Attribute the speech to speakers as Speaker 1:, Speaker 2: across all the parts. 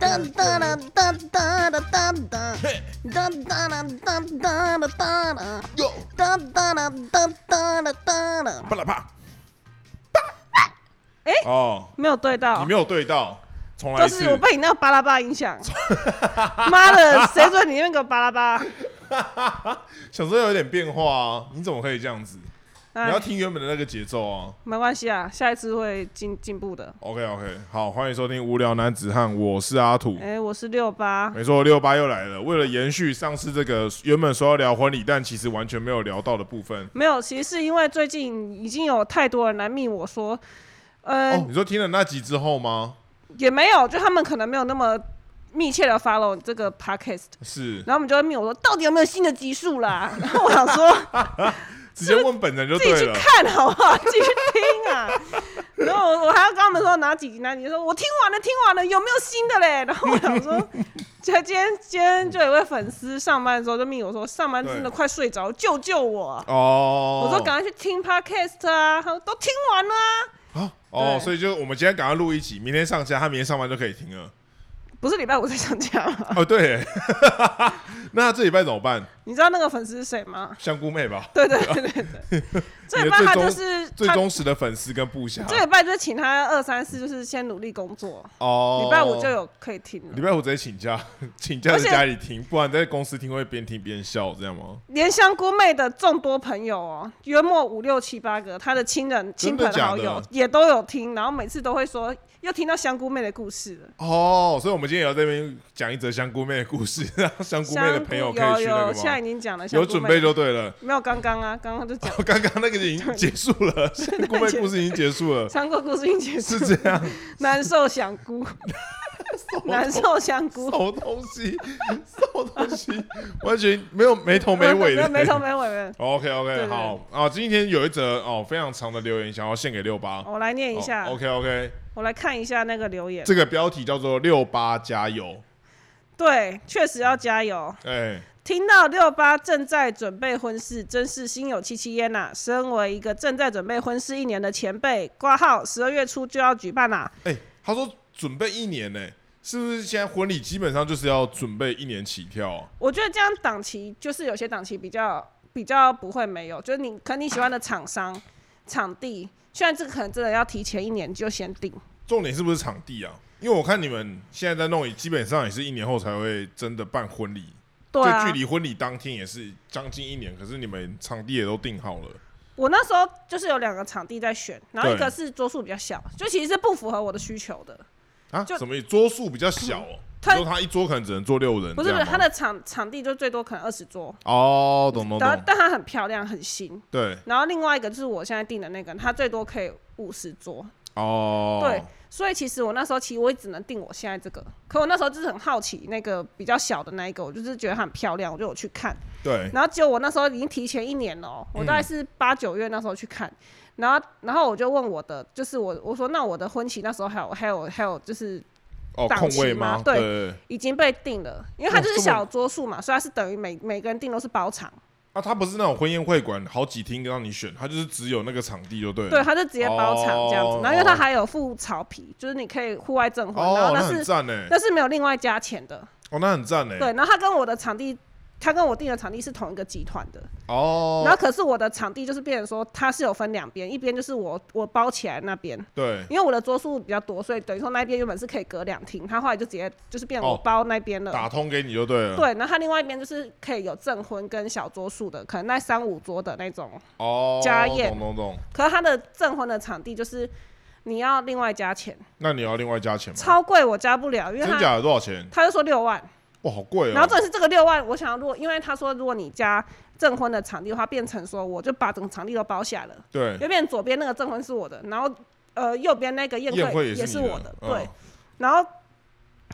Speaker 1: 噔噔啦噔噔啦噔噔，噔噔啦噔噔啦噔噔，
Speaker 2: 哟，
Speaker 1: 噔噔啦噔噔啦噔噔。
Speaker 2: 啪啦啪，啪，
Speaker 3: 哎
Speaker 2: 哦，
Speaker 3: 没有对到
Speaker 2: 你没，有对到，重来
Speaker 3: 就
Speaker 2: 一次
Speaker 3: 是。我被你那个巴拉巴影响。 妈的，谁准你那个巴拉巴？
Speaker 2: 小时候有点变化啊，你怎么可以这样子？ 你要
Speaker 3: 哎，
Speaker 2: 听原本的那个节奏啊。
Speaker 3: 没关系啊，下一次会进进步的。
Speaker 2: OK OK，好，欢迎收听《无聊男子汉》，我是阿土。
Speaker 3: 哎，我是六八，
Speaker 2: 没错，六八又来了。为了延续上次这个原本说要聊婚礼，但其实完全没有聊到的部分。
Speaker 3: 没有，其实是因为最近已经有太多人来密我说，呃，
Speaker 2: 哦，你说听了那集之后吗？
Speaker 3: 也没有，就他们可能没有那么密切的 follow 这个 podcast，
Speaker 2: 是，
Speaker 3: 然后我们就会密我说到底有没有新的集数啦？ 然后我想说
Speaker 2: 直接问本人就
Speaker 3: 自己
Speaker 2: 对
Speaker 3: 去
Speaker 2: 了。
Speaker 3: 看好不好？自己去听啊。然后我我还要跟他们说哪几集哪几集，说我听完了听完了，有没有新的嘞？然后我想说，就今天今天就有一位粉丝上班的时候就密我说上班真的快睡着，救救我啊！
Speaker 2: 哦，
Speaker 3: 我说赶快去听 podcast 啊，他说都听完了啊，
Speaker 2: 啊，哦，
Speaker 3: 对
Speaker 2: 所以就我们今天赶快录一集，明天上架，他明天上班就可以听了。
Speaker 3: 不是礼拜五才上架 吗？
Speaker 2: 哦，对耶，那这礼拜怎么办？
Speaker 3: 你知道那个粉丝是谁吗？
Speaker 2: 香菇妹吧，
Speaker 3: 对对对对对， 这礼拜他就是
Speaker 2: 最
Speaker 3: 他
Speaker 2: 忠实的粉丝跟部下。
Speaker 3: 这礼拜就是请他二三四，就是先努力工作，
Speaker 2: 哦，
Speaker 3: 礼拜五就，有可以听了
Speaker 2: 礼。拜五直接请假，请假
Speaker 3: 而
Speaker 2: 在
Speaker 3: 且
Speaker 2: 家里听，不然在公司听会边听边笑，这样吗？
Speaker 3: 连香菇妹的众多朋友哦，约莫五六七八个，她的亲人、
Speaker 2: 真
Speaker 3: 亲
Speaker 2: 的
Speaker 3: 朋好
Speaker 2: 假的
Speaker 3: 友也都有听，然后每次都会说又听到香菇妹的故事了。
Speaker 2: 哦，所以我们今天也要在这边讲一则香菇妹的故事，让香菇妹的
Speaker 3: 香菇
Speaker 2: 朋友可
Speaker 3: 有
Speaker 2: 以去那
Speaker 3: 有，
Speaker 2: 个
Speaker 3: 现在
Speaker 2: 吗
Speaker 3: 已？经讲了，香
Speaker 2: 有
Speaker 3: 菇
Speaker 2: 准
Speaker 3: 妹
Speaker 2: 备就对了。
Speaker 3: 没有？刚刚啊，刚刚就讲
Speaker 2: 哦，刚刚那个已经结束 了，香菇妹故事已经结束了，
Speaker 3: 香菇故事已经结束，
Speaker 2: 是这样。
Speaker 3: 难受香 菇，难受香菇
Speaker 2: 什，么东西？什么东西？完全没有没头没尾的。
Speaker 3: 没头没尾的。
Speaker 2: OK OK，
Speaker 3: 对
Speaker 2: 好啊，今天有一则哦非常长的留言，想要献给六八。
Speaker 3: 我来哦念一下，
Speaker 2: OK OK，
Speaker 3: 我来看一下那个留言。
Speaker 2: 这个标题叫做“六八加油
Speaker 3: 对，确实要加油。”。
Speaker 2: 哎，
Speaker 3: 听到六八正在准备婚事，真是心有戚戚焉呐、身为一个正在准备婚事一年的前辈，挂号十二月初就要举办啦、啊
Speaker 2: 哎、他说准备一年呢、是不是现在婚礼基本上就是要准备一年起跳啊、
Speaker 3: 我觉得这样档期就是有些档期比较比较不会没有，就是你可能你喜欢的厂商、场地，虽然这个可能真的要提前一年就先定。
Speaker 2: 重点是不是场地啊？因为我看你们现在在弄，基本上也是一年后才会真的办婚礼，
Speaker 3: 对啊
Speaker 2: 就距，离婚礼当天也是将近一年。可是你们场地也都定好了，
Speaker 3: 我那时候就是有两个场地在选，然后
Speaker 2: 对
Speaker 3: 一个是桌数比较小，就其实是不符合我的需求的。
Speaker 2: 啊，
Speaker 3: 就
Speaker 2: 什么意思桌数比较小、哦，
Speaker 3: 他
Speaker 2: 你说他一桌可能只能坐六人，
Speaker 3: 不是
Speaker 2: 这样
Speaker 3: 不是，
Speaker 2: 吗
Speaker 3: 它的场场地就最多可能二十桌，
Speaker 2: 哦，懂懂
Speaker 3: 然后
Speaker 2: 懂，
Speaker 3: 但它很漂亮，很新。
Speaker 2: 对，
Speaker 3: 然后另外一个就是我现在订的那个，它最多可以五十桌。
Speaker 2: 哦，
Speaker 3: 对，所以其实我那时候其实我也只能订我现在这个，可我那时候就是很好奇那个比较小的那一个，我就是觉得它很漂亮，我就有去看。
Speaker 2: 对，嗯
Speaker 3: 然后结果我那时候已经提前一年了哦、我大概是八九月那时候去看，然后然后我就问我的，就是我我说那我的婚期那时候还有还有还有就是
Speaker 2: 哦，
Speaker 3: 档
Speaker 2: 空
Speaker 3: 期
Speaker 2: 位
Speaker 3: 吗
Speaker 2: 吗？
Speaker 3: 对
Speaker 2: 对对，对
Speaker 3: 已经被定了，因为它
Speaker 2: 哦
Speaker 3: 就是
Speaker 2: 这么
Speaker 3: 小桌数嘛，所以它是等于每每个人订都是包场，
Speaker 2: 啊，他不是那种婚宴会馆，好几厅让你选，他就是只有那个场地就对了。
Speaker 3: 对，它就直接包场这样
Speaker 2: 哦
Speaker 3: 子。然后因为它还有附草皮，就是你可以户外证婚，然
Speaker 2: 哦
Speaker 3: 后，
Speaker 2: 那
Speaker 3: 但
Speaker 2: 很
Speaker 3: 是
Speaker 2: 赞呢，
Speaker 3: 但是没有另外加钱的。
Speaker 2: 哦，那很赞呢。
Speaker 3: 对，然后他跟我的场地，他跟我订的场地是同一个集团的，然
Speaker 2: 哦，
Speaker 3: 后可是我的场地就是变成说，它是有分两边，一边就是我我包起来那边，
Speaker 2: 对，
Speaker 3: 因为我的桌数比较多，所以等于说那边原本是可以隔两厅，他后来就直接就是变我
Speaker 2: 哦
Speaker 3: 包那边了。
Speaker 2: 打通给你就对了。，
Speaker 3: 呃对，然后他另外一边就是可以有证婚跟小桌数的，可能那三五桌的那种。
Speaker 2: 哦，
Speaker 3: 家宴
Speaker 2: 懂懂懂。
Speaker 3: 可是他的证婚的场地就是你要另外加钱，
Speaker 2: 那你要另外加钱吗？
Speaker 3: 超贵，我加不了，因为
Speaker 2: 哦真
Speaker 3: 他
Speaker 2: 假的多少钱？
Speaker 3: 他就说六万，
Speaker 2: 哇，好贵
Speaker 3: 然后
Speaker 2: 哦。
Speaker 3: 这是这个六万，我想要如果因为他说如果你加证婚的场地的话，变成说我就把整个场地都包下了，
Speaker 2: 对，
Speaker 3: 有点左边那个证婚是我的，然后呃右边那个宴
Speaker 2: 宴
Speaker 3: 会
Speaker 2: 会
Speaker 3: 也
Speaker 2: 是
Speaker 3: 是
Speaker 2: 你
Speaker 3: 我的，
Speaker 2: 嗯
Speaker 3: 对，然后。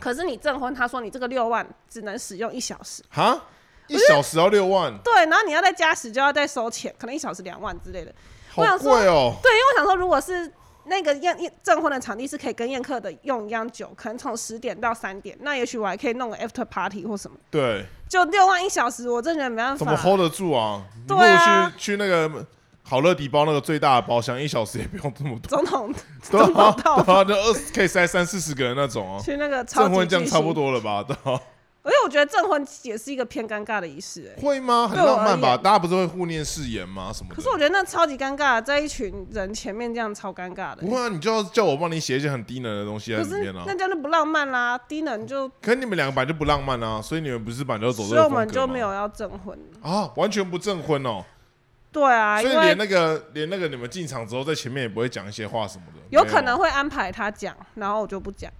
Speaker 3: 可是你证婚，他说你这个六万只能使用一小时，
Speaker 2: 哈，一小时要六万，
Speaker 3: 对，然后你要再加时就要再收钱，可能一小时两万之类的。
Speaker 2: 好
Speaker 3: 我想说
Speaker 2: 贵哦。
Speaker 3: 对，因为我想说，如果是那个宴宴证婚的场地是可以跟宴客的用一样久，可能从十点到三点，那也许我还可以弄个 after party 或什么。
Speaker 2: 对，
Speaker 3: 就六万一小时，我真的觉得没办法。
Speaker 2: 怎么 hold 得住啊？你
Speaker 3: 对
Speaker 2: 如
Speaker 3: 啊
Speaker 2: 果去去那个好乐迪包那个最大的包厢，一小时也不用这么 多，
Speaker 3: 总统
Speaker 2: 对
Speaker 3: 总
Speaker 2: 啊
Speaker 3: 统，
Speaker 2: 对
Speaker 3: 套
Speaker 2: 啊，那二十可以塞三四十个人那种哦，
Speaker 3: 去那个超
Speaker 2: 证
Speaker 3: 级
Speaker 2: 婚这样
Speaker 3: 巨
Speaker 2: 差不
Speaker 3: 星。
Speaker 2: 多了吧？对啊，
Speaker 3: 而且我觉得证婚也是一个偏尴尬的仪式、哎，
Speaker 2: 会吗？很
Speaker 3: 对我
Speaker 2: 浪漫
Speaker 3: 而
Speaker 2: 吧？
Speaker 3: 言
Speaker 2: 大家不是会互念誓言吗？什么
Speaker 3: 可是我
Speaker 2: 的？
Speaker 3: 觉得那超级尴尬的，在一群人前面这样超尴尬的、欸
Speaker 2: 不会啊，你就要叫我帮你写一些很低能的东西在
Speaker 3: 可
Speaker 2: 里
Speaker 3: 是
Speaker 2: 面啊
Speaker 3: 那。这样就不浪漫啦，低能就，
Speaker 2: 可你们两个本来就不浪漫啊，所以你们不是本来就走这
Speaker 3: 所以
Speaker 2: 个
Speaker 3: 我
Speaker 2: 风格吗
Speaker 3: 们就没有要证婚。
Speaker 2: 啊，完全不证婚哦。
Speaker 3: 对啊，
Speaker 2: 所
Speaker 3: 因
Speaker 2: 以连那
Speaker 3: 为
Speaker 2: 个连那个你们进场之后，在前面也不会讲一些话什么的，
Speaker 3: 有
Speaker 2: 没啊
Speaker 3: 可能会安排他讲，然后我就不讲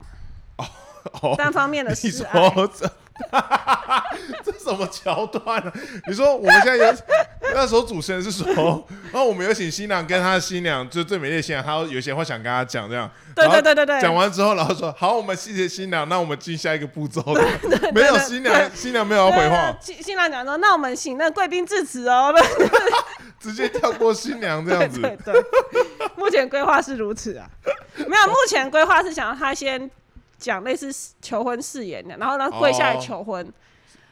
Speaker 2: 哦。
Speaker 3: 单方面 的哎
Speaker 2: 你
Speaker 3: 示爱，
Speaker 2: 说这这什么桥段啊？你说我们现在有那时候主持人是说，然后我们有请新郎跟他的新娘，就是最美丽的新娘，她有一些话想跟他讲，这样。
Speaker 3: 对
Speaker 2: 然后
Speaker 3: 对对对对
Speaker 2: 讲完之后，然后说好，我们谢谢新娘，那我们进下一个步骤。 没有新娘，新娘没有要回话
Speaker 3: 对，啊新新郎讲说，那我们请那贵宾致辞哦，那
Speaker 2: 直接跳过新娘这样子。
Speaker 3: 对 对对，目前规划是如此啊，没有，目前规划是想让他先讲类似求婚誓言的，然后呢跪下来
Speaker 2: 哦
Speaker 3: 求婚，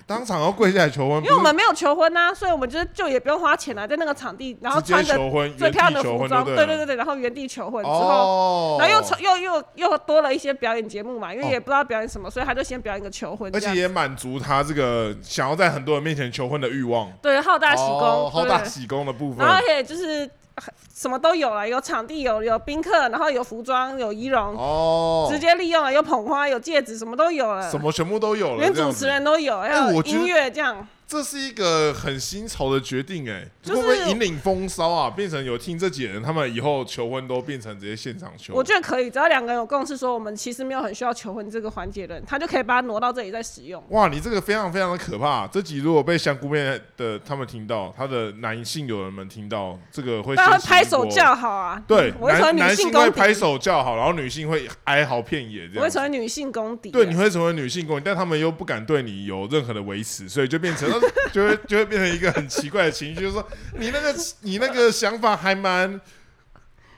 Speaker 2: 当场要跪下来求婚，
Speaker 3: 因为
Speaker 2: 不
Speaker 3: 我
Speaker 2: 是
Speaker 3: 们没有求婚呐、啊所以我们就是就也不用花钱啊，在那个场地，然后
Speaker 2: 直接
Speaker 3: 穿着
Speaker 2: 求婚，
Speaker 3: 最
Speaker 2: 原
Speaker 3: 漂亮
Speaker 2: 地
Speaker 3: 的
Speaker 2: 求
Speaker 3: 服
Speaker 2: 婚，
Speaker 3: 装，
Speaker 2: 对
Speaker 3: 对
Speaker 2: 了
Speaker 3: 对对，然后原地求婚之后，
Speaker 2: 哦，
Speaker 3: 然后又从又又又多了一些表演节目嘛，因为
Speaker 2: 哦
Speaker 3: 也不知道表演什么，所以他就先表演个求婚，
Speaker 2: 而
Speaker 3: 这
Speaker 2: 且
Speaker 3: 样
Speaker 2: 也满足他这个想要在很多人面前求婚的欲望。
Speaker 3: 对浩大喜
Speaker 2: 哦
Speaker 3: 功，
Speaker 2: 好
Speaker 3: 对
Speaker 2: 大喜功的部分
Speaker 3: 然后。而且就是呃什么都有了，有场地，有有宾客，然后有服装，有仪容，
Speaker 2: 哦，
Speaker 3: 直接利用了，有捧花，有戒指，什么都有了
Speaker 2: 什，么全部都有了，
Speaker 3: 连
Speaker 2: 这样
Speaker 3: 主
Speaker 2: 子
Speaker 3: 持人都有，还
Speaker 2: 哎
Speaker 3: 有
Speaker 2: 我觉得
Speaker 3: 音乐这样，
Speaker 2: 这是一个很新潮的决定、哎，
Speaker 3: 就是
Speaker 2: 会不会引领风骚啊？变成有听这几人，他们以后求婚都变成直接现场求。
Speaker 3: 我觉得可以，只要两个人有共识，说我们其实没有很需要求婚这个环节的人，他就可以把它挪到这里再使用。
Speaker 2: 哇，你这个非常非常的可怕。这集如果被香菇妹的他们听到，他的男性友人们听到，这个会
Speaker 3: 大家
Speaker 2: 掀
Speaker 3: 会
Speaker 2: 起
Speaker 3: 拍
Speaker 2: 一波
Speaker 3: 手叫。好啊！
Speaker 2: 对，
Speaker 3: 我会成为
Speaker 2: 男
Speaker 3: 女
Speaker 2: 男
Speaker 3: 性
Speaker 2: 性
Speaker 3: 公
Speaker 2: 会
Speaker 3: 敌，
Speaker 2: 拍手叫好，然后女性会哀嚎遍野这
Speaker 3: 我会
Speaker 2: 样
Speaker 3: 成
Speaker 2: 子。
Speaker 3: 为女性啊公敌。
Speaker 2: 对，你啊会成为女性公敌，但他们又不敢对你有任何的维持，所以就变成， 呃就会就会变成一个很奇怪的情绪，就是说你那个你那个想法还蛮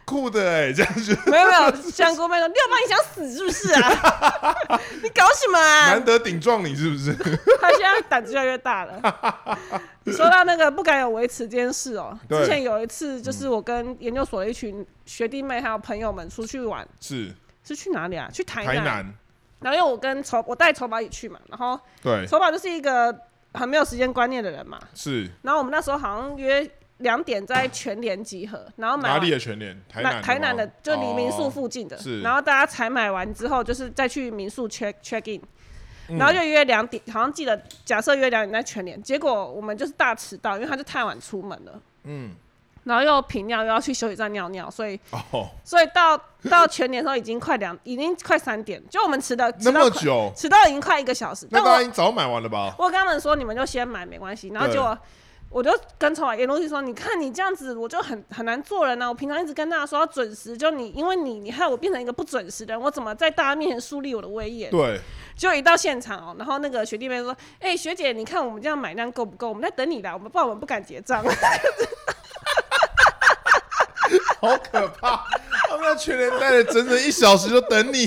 Speaker 2: 酷的哎、这样就
Speaker 3: 没有没有，香菇妹说：“六妈，你想死是不是啊？ 你搞什么啊
Speaker 2: 难得顶撞你是不是？？”
Speaker 3: 她现在胆子越来越 大了。你说到那个不敢有维持这件事哦，
Speaker 2: 对
Speaker 3: 之前有一次就是我跟研究所的一群学弟妹还有朋友们出去玩，
Speaker 2: 是
Speaker 3: 是去哪里啊？去台南。
Speaker 2: 台南
Speaker 3: 然后因为我跟筹我带筹宝也去嘛，然后
Speaker 2: 对
Speaker 3: 筹宝就是一个很没有时间观念的人嘛，
Speaker 2: 是
Speaker 3: 然后我们那时候好像约两点在全联集合，然后买
Speaker 2: 哪
Speaker 3: 完
Speaker 2: 里的全脸？台南
Speaker 3: 那台南的
Speaker 2: 吗
Speaker 3: 就离民宿附
Speaker 2: 哦
Speaker 3: 近的，
Speaker 2: 是
Speaker 3: 然后大家采买完之后，就是再去民宿 check check
Speaker 2: 嗯
Speaker 3: in，然后就约两点，好像记得假设约两点在全联，结果我们就是大迟到，因为他就太晚出门了，
Speaker 2: 嗯
Speaker 3: 然后又频尿，又要去休息站尿尿，所以
Speaker 2: 哦，
Speaker 3: 所以到到全联的时候已经快两，已经快三点，就我们迟到迟
Speaker 2: 那
Speaker 3: 到
Speaker 2: 么
Speaker 3: 快
Speaker 2: 久，
Speaker 3: 迟到已经快一个小时，
Speaker 2: 那
Speaker 3: 但
Speaker 2: 大家
Speaker 3: 我
Speaker 2: 已经早买完了吧？
Speaker 3: 我跟他们说你们就先买没关系，然后
Speaker 2: 对
Speaker 3: 结果我就跟筹码一路去说，你看你这样子我就很很难做人啊！我平常一直跟大家说要准时，就你因为你你害我变成一个不准时的人，我怎么在大家面前树立我的威严？
Speaker 2: 对，
Speaker 3: 结果一到现场哦，然后那个学弟妹说，哎、学姐你看我们这样买单够不够？我们在等你啦，我们不然我们不敢 结账。
Speaker 2: 好可怕！他们在全联待了整整一小时，就等你。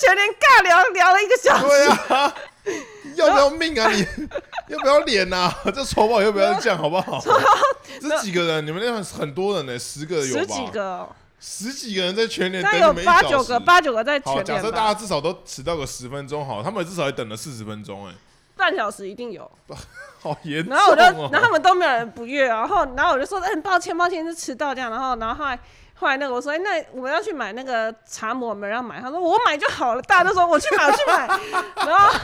Speaker 3: 全连尬聊聊了一个小时，
Speaker 2: 对啊， 要不要命啊你？ 要不要脸啊？ 这仇报要不要这样好不 好？ 这几个人，你们那很多人呢、十个有吧？
Speaker 3: 十几，个哦，
Speaker 2: 十几个人在全联
Speaker 3: 大
Speaker 2: 等
Speaker 3: 概
Speaker 2: 你
Speaker 3: 有
Speaker 2: 们一
Speaker 3: 八
Speaker 2: 小时
Speaker 3: 九个，八九个在
Speaker 2: 好，
Speaker 3: 全
Speaker 2: 假设
Speaker 3: 联
Speaker 2: 大
Speaker 3: 吧，
Speaker 2: 家至少都迟到个十分钟，好，他们至少也等了四十分钟、哎，
Speaker 3: 半小时一定有。
Speaker 2: 好严重、
Speaker 3: 然
Speaker 2: 哦。
Speaker 3: 后我就，然后他们都没有人不悦，然后然后我就说，嗯，抱歉抱歉，是迟到这样。然后然后后来后来那个我说，哎、那我们要去买那个茶膜，没人要买。他说我买就好了，大家都说我去买我去买。然后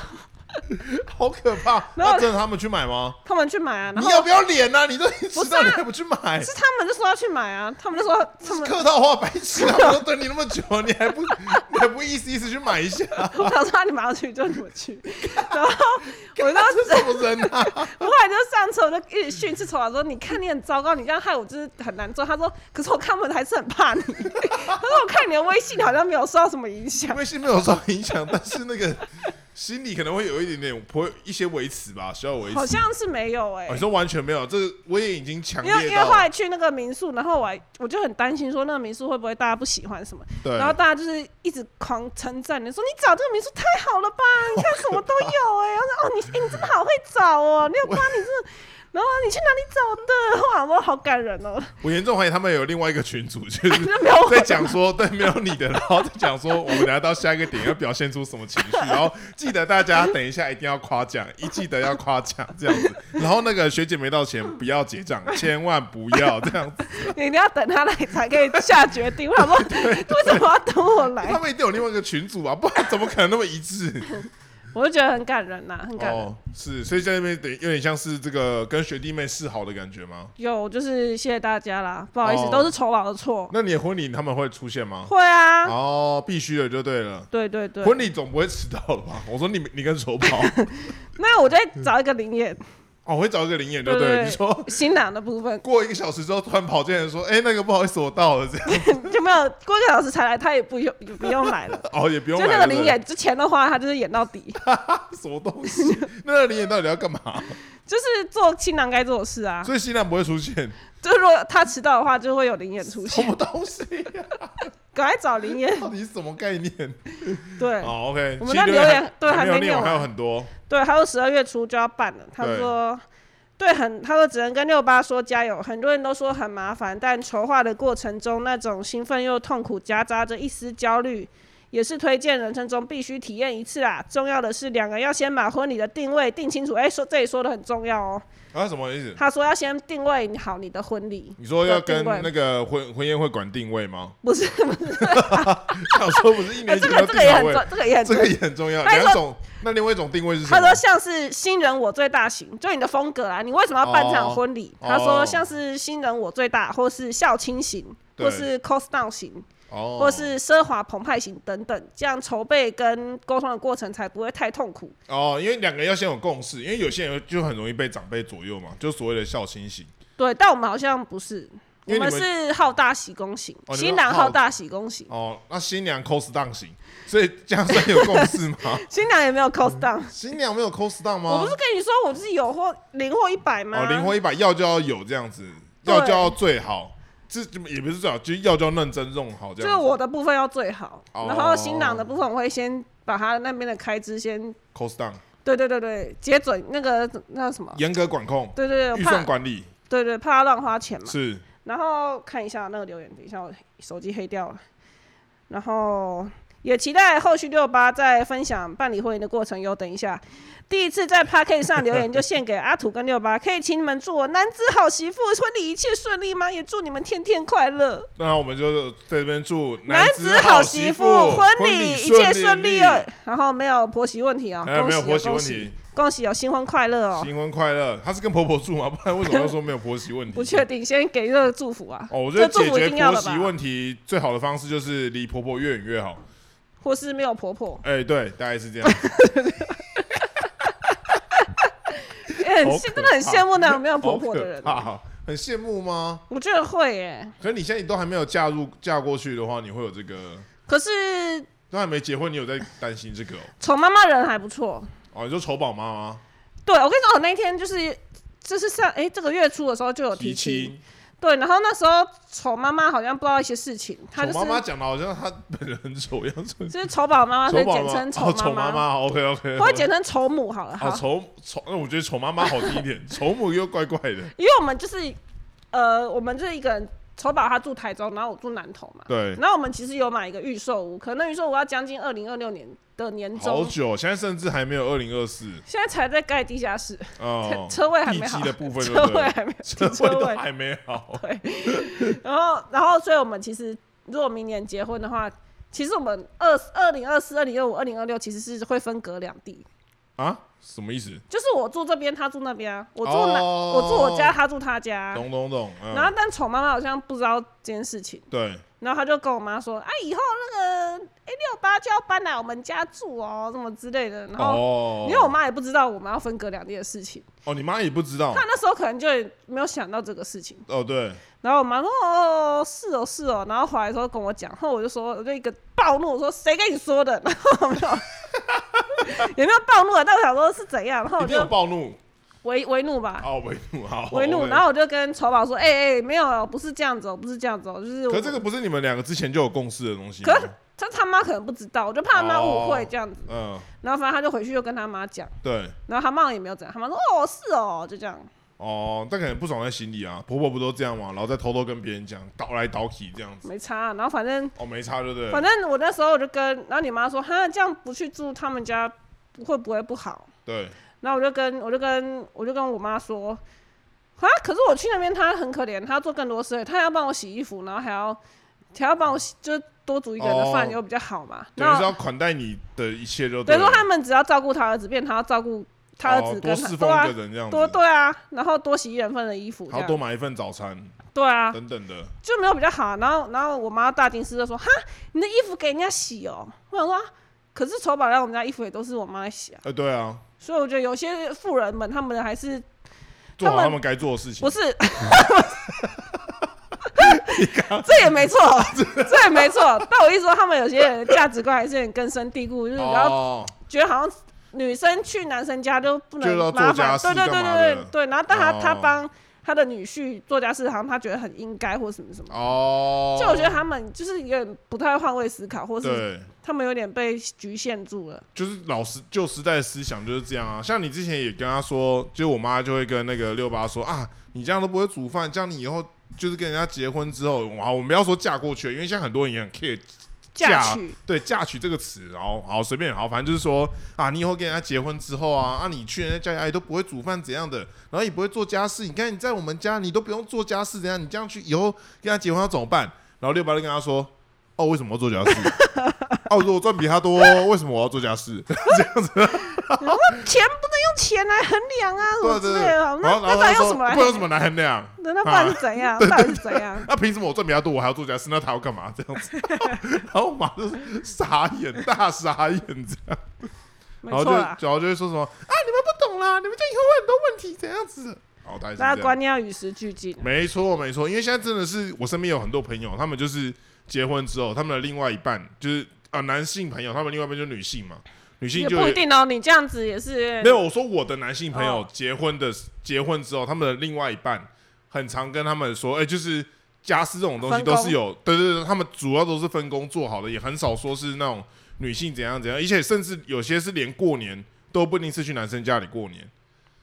Speaker 2: 好可怕。啊
Speaker 3: 然后
Speaker 2: 那真的他们去买吗？
Speaker 3: 他们去买啊，然
Speaker 2: 你
Speaker 3: 后
Speaker 2: 要不要脸啊？你都已经
Speaker 3: 不
Speaker 2: 迟
Speaker 3: 是
Speaker 2: 到，
Speaker 3: 啊
Speaker 2: 你还不去买？
Speaker 3: 是他们就说要去买啊，他们就说他们，
Speaker 2: 客套话白痴啊！我都等你那么久，你还不 你还不意思意思去买一下？
Speaker 3: 我想说你们要去就你们去。 然后我就
Speaker 2: 这什么人啊？
Speaker 3: 我后来就上车，我就一直训斥丑娃说：“你看你很糟糕，你这样害我就是很难做。”他说：“可是我看我还是很怕你。” 他说：“我看你的微信好像没有受到什么影响。”
Speaker 2: 微信没有受影响， 但是那个心里可能会有一点点颇有一些维持吧，需要维持。
Speaker 3: 好像是没有哎、
Speaker 2: 哦你说完全没有，这个我也已经强
Speaker 3: 因为
Speaker 2: 烈
Speaker 3: 因为后
Speaker 2: 到
Speaker 3: 来去那个民宿，然后我还我就很担心说那个民宿会不会大家不喜欢什么，
Speaker 2: 对，
Speaker 3: 然后大家就是一直狂称赞你说你找这个民宿太好了吧，你看什么都有哎、然后说哦你、哎你真的好会找哦，六瓜你真的。然后你去哪里找的？哇，我好感人哦！
Speaker 2: 我严重怀疑他们有另外一个群组，就是
Speaker 3: 就没有我
Speaker 2: 在讲说，对，没有你的，然后在讲说，我们等下到下一个点要表现出什么情绪，然后记得大家等一下一定要夸奖，一记得要夸奖这样子，然后那个学姐没到钱不要结账，千万不要这样 子，
Speaker 3: 你一定要等他来才可以下决定。我想说，为什么要等我
Speaker 2: 他
Speaker 3: 来？
Speaker 2: 们一定有另外一个群组啊，不然怎么可能那么一致？
Speaker 3: 我就觉得很感人呐、很感人。
Speaker 2: 哦，是，所以在那边等于有点像是这个跟学弟妹示好的感觉吗？
Speaker 3: 有，就是谢谢大家啦，不好意思，
Speaker 2: 哦
Speaker 3: 都是酬劳的错。
Speaker 2: 那你的婚礼他们会出现吗？
Speaker 3: 会啊，
Speaker 2: 哦，必须的就对了。
Speaker 3: 对对对。
Speaker 2: 婚礼总不会迟到了吧？我说你你跟手 跑，
Speaker 3: 那我就
Speaker 2: 嗯
Speaker 3: 会找一个灵眼，
Speaker 2: 哦，我会找一个灵眼，对不
Speaker 3: 对
Speaker 2: 对？
Speaker 3: 对
Speaker 2: 你说
Speaker 3: 新郎的部分
Speaker 2: 过一个小时之后突然跑进来说，哎，那个不好意思，我到了，这样
Speaker 3: 就没有过一个小时才来，他也不用也不用来了。
Speaker 2: 哦也不
Speaker 3: 就
Speaker 2: 用
Speaker 3: 那
Speaker 2: 来
Speaker 3: 个
Speaker 2: 了
Speaker 3: 灵眼，之前的话，他就是演到底，
Speaker 2: 对不对什么东西？那个灵眼到底要干嘛？
Speaker 3: 就是做新郎该做的事啊。
Speaker 2: 所以新郎不会出现，
Speaker 3: 就是如果他迟到的话，就会有灵眼出
Speaker 2: 什
Speaker 3: 现，
Speaker 2: 么东西呀？
Speaker 3: 赶快找灵眼。
Speaker 2: 到底是什么概念？
Speaker 3: 对
Speaker 2: 哦，OK，
Speaker 3: 我们
Speaker 2: 其实
Speaker 3: 那
Speaker 2: 留
Speaker 3: 留
Speaker 2: 言
Speaker 3: 言对还
Speaker 2: 没有
Speaker 3: 没
Speaker 2: 念
Speaker 3: 念
Speaker 2: 完，还有
Speaker 3: 完
Speaker 2: 很多。
Speaker 3: 对，还有十二月初就要办了。他
Speaker 2: 对
Speaker 3: 说，对，很，他说只能跟六八说加油。很多人都说很麻烦，但筹划的过程中那种兴奋又痛苦，夹杂着一丝焦虑。也是推荐人生中必须体验一次啦。重要的是，两个人要先把婚礼的定位定清楚。哎、说这里说的很重要哦。
Speaker 2: 啊，什么意思？
Speaker 3: 他说要先定位好你的婚礼，
Speaker 2: 你说要
Speaker 3: 定
Speaker 2: 跟
Speaker 3: 位
Speaker 2: 那个婚婚宴会馆定位 吗？
Speaker 3: 不是不是，
Speaker 2: 想说不是一
Speaker 3: 哎、
Speaker 2: 年
Speaker 3: 这
Speaker 2: 前要
Speaker 3: 个这
Speaker 2: 定
Speaker 3: 个也
Speaker 2: 好
Speaker 3: 很
Speaker 2: 位
Speaker 3: 重，，这个也很
Speaker 2: 这
Speaker 3: 重
Speaker 2: 个也很重要。
Speaker 3: 他说
Speaker 2: 两种，那另外一种定位是什么？
Speaker 3: 他说像是新人我最大型，就你的风格啦，啊你为什么要办这场婚礼？
Speaker 2: 哦
Speaker 3: 他说像是新人我最大，或是校亲型，
Speaker 2: 对
Speaker 3: 或是 cost down 型，
Speaker 2: 哦，
Speaker 3: 或是奢华澎湃型等等，这样筹备跟沟通的过程才不会太痛苦。
Speaker 2: 哦，因为两个要先有共识，因为有些人就很容易被长辈左右嘛，就所谓的孝心型。
Speaker 3: 对，但我们好像不是，我
Speaker 2: 因为你们
Speaker 3: 是好大喜功型，
Speaker 2: 哦你们
Speaker 3: 新郎
Speaker 2: 好
Speaker 3: 好大喜功型，
Speaker 2: 哦，那新娘 cos down 型，所以这样算有共 识吗？
Speaker 3: 新郎也没有 cost down。
Speaker 2: 新娘没有 cos down
Speaker 3: 我不
Speaker 2: 吗
Speaker 3: 是？跟你说我是有或零或一百吗？
Speaker 2: 哦，灵活一把，要就要有这样子，
Speaker 3: 对
Speaker 2: 要就要最好，这也不是最好，就是要就要认真弄好这
Speaker 3: 就
Speaker 2: 样
Speaker 3: 是
Speaker 2: 子。
Speaker 3: 我的部分要最好，
Speaker 2: 哦
Speaker 3: 然后新郎的部分我会先把他那边的开支先
Speaker 2: cos down，
Speaker 3: 对对对对，接准那个那什么，
Speaker 2: 严格管控，
Speaker 3: 对哦对对，
Speaker 2: 预
Speaker 3: 怕
Speaker 2: 算管理
Speaker 3: 对对怕他乱花钱嘛。
Speaker 2: 是
Speaker 3: 然后看一下那个留言，等一下我手机黑掉了。然后也期待后续六八在分享办理婚礼的过程哟。等一下，第一次在 p a c k e t 上留言就献给阿土跟六八，可以请你们祝我男子好媳妇婚礼一切顺利吗？也祝你们天天快乐，
Speaker 2: 那我们就在这边祝
Speaker 3: 男
Speaker 2: 子
Speaker 3: 好
Speaker 2: 媳
Speaker 3: 妇婚
Speaker 2: 礼
Speaker 3: 一切顺
Speaker 2: 利
Speaker 3: 利哦。然后没有婆媳问题哦，
Speaker 2: 哎
Speaker 3: 恭
Speaker 2: 没
Speaker 3: 喜
Speaker 2: 有
Speaker 3: 哦
Speaker 2: 婆媳
Speaker 3: 恭
Speaker 2: 问
Speaker 3: 喜
Speaker 2: 题，
Speaker 3: 恭喜哦，新婚快乐哦。
Speaker 2: 新婚快乐。她是跟婆婆住吗？不 然为什么要说没有婆媳问题？
Speaker 3: 不确定，先给这个祝福啊。
Speaker 2: 哦，我觉得
Speaker 3: 这
Speaker 2: 解
Speaker 3: 祝福一
Speaker 2: 决
Speaker 3: 定要
Speaker 2: 婆
Speaker 3: 的
Speaker 2: 媳
Speaker 3: 吧，
Speaker 2: 问题最好的方式就是离婆婆越远越好。
Speaker 3: 或是没有婆婆，
Speaker 2: 哎、对，大概是 这样。
Speaker 3: 哎很
Speaker 2: 好可
Speaker 3: 羡真的很
Speaker 2: 怕
Speaker 3: 羡慕那种没有婆
Speaker 2: 好
Speaker 3: 婆
Speaker 2: 可
Speaker 3: 的人。
Speaker 2: 怕很羡慕吗？
Speaker 3: 我觉得会耶，
Speaker 2: 可是你现在都还没有嫁入嫁过去的话，你会有这个
Speaker 3: 可是
Speaker 2: 都还没结婚，你有在担心这个哦？
Speaker 3: 丑妈妈人还不错。
Speaker 2: 哦，你说丑宝妈吗？
Speaker 3: 对我跟你说，我那一天就是就是上哎这个月初的时候就有哦提亲，
Speaker 2: 亲，
Speaker 3: 对，然后那时候丑妈妈好像不知道一些事情，她
Speaker 2: 丑
Speaker 3: 就
Speaker 2: 妈妈
Speaker 3: 是
Speaker 2: 讲的好像她本人很丑一样，丑
Speaker 3: 就是丑宝妈妈，啊所以
Speaker 2: 宝
Speaker 3: 简
Speaker 2: 妈
Speaker 3: 称
Speaker 2: 哦，丑
Speaker 3: 妈妈，
Speaker 2: 妈，OK OK，
Speaker 3: 我会简称丑母好了，
Speaker 2: 好
Speaker 3: 好，
Speaker 2: 丑丑，那我觉得丑妈妈好听一点，丑母又怪怪的，
Speaker 3: 因为我们就是呃我们就是一个人，丑宝她住台中，然后我住南投嘛，
Speaker 2: 对，
Speaker 3: 然后我们其实有买一个预售屋，可能预售屋要将近二零二六年的年
Speaker 2: 好
Speaker 3: 终，
Speaker 2: 久，现在甚至还没有二零二四
Speaker 3: 现在才在盖地下室，
Speaker 2: 哦，
Speaker 3: 车位还
Speaker 2: 地
Speaker 3: 没
Speaker 2: 基
Speaker 3: 好，
Speaker 2: 的部分就
Speaker 3: 车
Speaker 2: 对
Speaker 3: 位
Speaker 2: 了
Speaker 3: 还没有，
Speaker 2: 车
Speaker 3: 车
Speaker 2: 位
Speaker 3: 位
Speaker 2: 都还没好，
Speaker 3: 然后，然后，所以我们其实如果明年结婚的话，其实我们二二零二四、二零二五、二零二六其实是会分隔两地，
Speaker 2: 啊？什么意思？
Speaker 3: 就是我住这边，他住那边啊，我住南，
Speaker 2: 哦
Speaker 3: 我住我家，他住他家啊。
Speaker 2: 懂懂懂，嗯
Speaker 3: 然后，但丑妈妈好像不知道这件事情，
Speaker 2: 对，
Speaker 3: 然后他就跟我妈说：“啊，以后那个 A 六八就要搬来我们家住哦，什么之类的。”然后，
Speaker 2: 哦，
Speaker 3: 因为我妈也不知道我们要分隔两地的事情，
Speaker 2: 哦，你妈也不知道
Speaker 3: 她，那时候可能就也没有想到这个事情。
Speaker 2: 哦，对，
Speaker 3: 然后我妈说：“哦，是哦，是哦。”然后回来的时候跟我讲，然后我就说，我就一个暴怒，我说：“谁跟你说的？” 然后我没有，也没有暴怒啊，但我想说是怎样，然后
Speaker 2: 一
Speaker 3: 我
Speaker 2: 定有
Speaker 3: 就
Speaker 2: 暴怒，
Speaker 3: 为为怒吧，
Speaker 2: 哦，为怒，好，
Speaker 3: 为怒。
Speaker 2: OK
Speaker 3: 然后我就跟丑宝说：“哎、哎、没有，不是这样子哦，不是这样子哦，就是我。”
Speaker 2: 可是这个不是你们两个之前就有共识的东西吗，
Speaker 3: 可是他他妈可能不知道，我就怕他妈误会这样子。
Speaker 2: 嗯，
Speaker 3: 然后反正他就回去就跟他妈讲，
Speaker 2: 对，
Speaker 3: 然后他妈也没有怎样，他妈说：“哦，是哦，就这样。”
Speaker 2: 哦，但可能不爽在心里啊。婆婆不都这样吗？然后再偷偷跟别人讲，倒来倒去这样子。
Speaker 3: 没差、啊然后反正
Speaker 2: 哦，没差，对不对？
Speaker 3: 反正我那时候我就跟，然后你妈说，哈，这样不去住他们家会不会不好？
Speaker 2: 对，
Speaker 3: 然后我就跟我就跟我就跟我妈说，啊，可是我去那边她很可怜，她要做更多事，她要帮我洗衣服，然后还要还要帮我洗，就是多煮一个人的饭
Speaker 2: 哦
Speaker 3: 又比较好嘛。
Speaker 2: 等于
Speaker 3: 然
Speaker 2: 是
Speaker 3: 后
Speaker 2: 要款待你的一切就
Speaker 3: 等
Speaker 2: 对
Speaker 3: 于
Speaker 2: 了。
Speaker 3: 说他们只要照顾他儿子，变成他要照顾他儿子
Speaker 2: 哦、多
Speaker 3: 跟
Speaker 2: 侍
Speaker 3: 他，
Speaker 2: 奉
Speaker 3: 对啊
Speaker 2: 一个，人这样子，
Speaker 3: 多对啊，然后多洗一人份的衣服，这
Speaker 2: 还要多
Speaker 3: 样
Speaker 2: 买一份早餐
Speaker 3: 对啊，
Speaker 2: 等等的。
Speaker 3: 就没有比较好。然后，然后我妈大惊失色说：“哈，你的衣服给人家洗哦。”我想说，啊可是丑宝让我们家衣服也都是我妈在洗啊。
Speaker 2: 呃，对啊，
Speaker 3: 所以我觉得有些富人们，他们还是
Speaker 2: 做好
Speaker 3: 他们
Speaker 2: 他们该做的事情
Speaker 3: 不。是，这 也没错，这也没错。但我一说，他们有些人的价值观还是很根深蒂固，就是然后
Speaker 2: 哦，
Speaker 3: 觉得好像女生去男生家就不
Speaker 2: 就
Speaker 3: 能
Speaker 2: 要做
Speaker 3: 麻
Speaker 2: 家
Speaker 3: 烦，
Speaker 2: 事
Speaker 3: 对对对
Speaker 2: 干嘛的
Speaker 3: 对对对。然后但他、他
Speaker 2: 哦
Speaker 3: 帮他的女婿做家事，好像他觉得很应该或什么什么。
Speaker 2: 哦，
Speaker 3: 就我觉得他们就是有点不太换位思考，或是
Speaker 2: 对，
Speaker 3: 他们有点被局限住了。
Speaker 2: 就是老时旧时代的思想就是这样啊。像你之前也跟他说，就是我妈就会跟那个六八说啊，你这样都不会煮饭，这样你以后就是跟人家结婚之后，哇，我们不要说嫁过去，因为现在很多人也很 care
Speaker 3: 嫁娶
Speaker 2: 对“嫁娶”这个词，然后好随便，好反正就是说啊，你以后跟人家结婚之后啊，啊你去人家家里都不会煮饭怎样的，然后也不会做家事。你看你在我们家，你都不用做家事怎样？你这样去以后跟他结婚要怎么办？然后六八就跟他说：“哦，为什么要做家事？ 哦，我说我赚比他多，为什么我要做家事？
Speaker 3: 钱不能用钱来衡量啊，什么
Speaker 2: 对
Speaker 3: 之
Speaker 2: 对
Speaker 3: 类
Speaker 2: 对。”
Speaker 3: 的。
Speaker 2: 然
Speaker 3: 那那
Speaker 2: 后然
Speaker 3: 不
Speaker 2: 后
Speaker 3: 然
Speaker 2: 他
Speaker 3: 用
Speaker 2: 说啊
Speaker 3: 什么：“来
Speaker 2: 不然
Speaker 3: 衡
Speaker 2: 用什么
Speaker 3: 量？
Speaker 2: 来衡量？
Speaker 3: 那那不然是怎样？到底是怎 样？
Speaker 2: 那凭什么我赚比他多，我还要做家事？那他要干嘛？这样子？” 然后我妈就是傻眼，大傻眼这样。
Speaker 3: 没
Speaker 2: 然后就
Speaker 3: 错啦，
Speaker 2: 然后就会说什么啊，你们不懂啦，你们这以后会很多问题，怎样子？好，大概是
Speaker 3: 大
Speaker 2: 这
Speaker 3: 家
Speaker 2: 样。
Speaker 3: 观念要与时俱进。
Speaker 2: 没错，没错，因为现在真的是我身边有很多朋友，他们就是结婚之后，他们的另外一半就是啊、男性朋友，他们另外一半就是女性嘛，女性
Speaker 3: 也
Speaker 2: 就
Speaker 3: 不
Speaker 2: 有
Speaker 3: 一定哦，你这样子也是
Speaker 2: 没有。我说我的男性朋友
Speaker 3: 哦
Speaker 2: 结婚的、结婚之后，他们的另外一半很常跟他们说，哎、就是家事这种东西
Speaker 3: 分工
Speaker 2: 都是有，对对对，他们主要都是分工做好的，也很少说是那种女性怎样怎样，而且甚至有些是连过年都不一定是去男生家里过年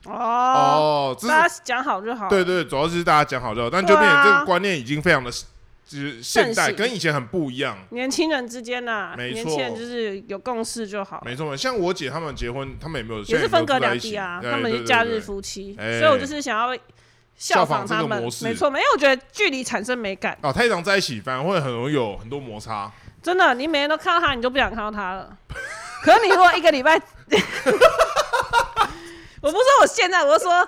Speaker 3: 哦。
Speaker 2: 哦，这
Speaker 3: 大
Speaker 2: 是
Speaker 3: 家讲好就好。
Speaker 2: 对对，主要是大家讲好之后，但就
Speaker 3: 对
Speaker 2: 变
Speaker 3: 啊
Speaker 2: 成这个观念已经非常的就是现代，
Speaker 3: 盛行
Speaker 2: 跟以前很不一样。
Speaker 3: 年轻人之间呐，
Speaker 2: 没错
Speaker 3: 年轻人就是有共识就好。
Speaker 2: 没错，没错像我姐他们结婚，他们也没有
Speaker 3: 也
Speaker 2: 现在
Speaker 3: 是
Speaker 2: 没有
Speaker 3: 分隔
Speaker 2: 住在
Speaker 3: 两
Speaker 2: 一起
Speaker 3: 地啊，
Speaker 2: 哎
Speaker 3: 他们
Speaker 2: 对
Speaker 3: 是
Speaker 2: 对
Speaker 3: 假
Speaker 2: 对
Speaker 3: 日夫妻，
Speaker 2: 哎
Speaker 3: 所以我就是想要效仿
Speaker 2: 效仿
Speaker 3: 他
Speaker 2: 这个
Speaker 3: 们
Speaker 2: 模，式
Speaker 3: 没错，没有，我觉得距离产生美感，
Speaker 2: 哦，太常在一起，反而会很容易有很多摩擦。
Speaker 3: 真的，你每天都看到他，你就不想看到他了。可是你如果一个礼拜， 我不是说我现在，我是说，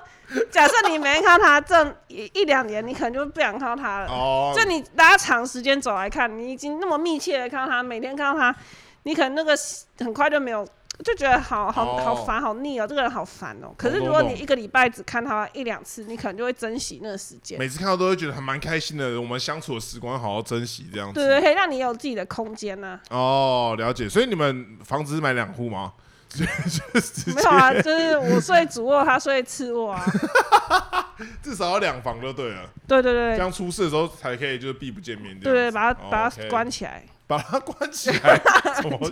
Speaker 3: 假设你每天看到他，这一一两年，你可能就不想看到他了。
Speaker 2: 哦，
Speaker 3: 就你拉长时间走来看，你已经那么密切的看到他，每天看到他，你可能那个很快就没有，就觉得好好
Speaker 2: 哦
Speaker 3: 好烦、好腻哦，这个人好烦哦。可是
Speaker 2: 懂
Speaker 3: 如果
Speaker 2: 懂
Speaker 3: 你一个礼拜只看他一两次，你可能就会珍惜那个时间，
Speaker 2: 每次看到都会觉得还蛮开心的，我们相处的时光好好珍惜这样子。
Speaker 3: 对对，可以让你有自己的空间啊 呢、
Speaker 2: 哦，了解。所以你们房子是买两户吗？
Speaker 3: 没有啊，就是我睡主卧，他睡次卧 啊。
Speaker 2: 至少要两房就对了，
Speaker 3: 对对
Speaker 2: 这
Speaker 3: 对对
Speaker 2: 样出事的时候才可以就是避不见面这
Speaker 3: 对，
Speaker 2: 样
Speaker 3: 对
Speaker 2: 子。
Speaker 3: 把
Speaker 2: 哦
Speaker 3: 它把它
Speaker 2: OK
Speaker 3: 关起来，
Speaker 2: 把它关起 来，怎么会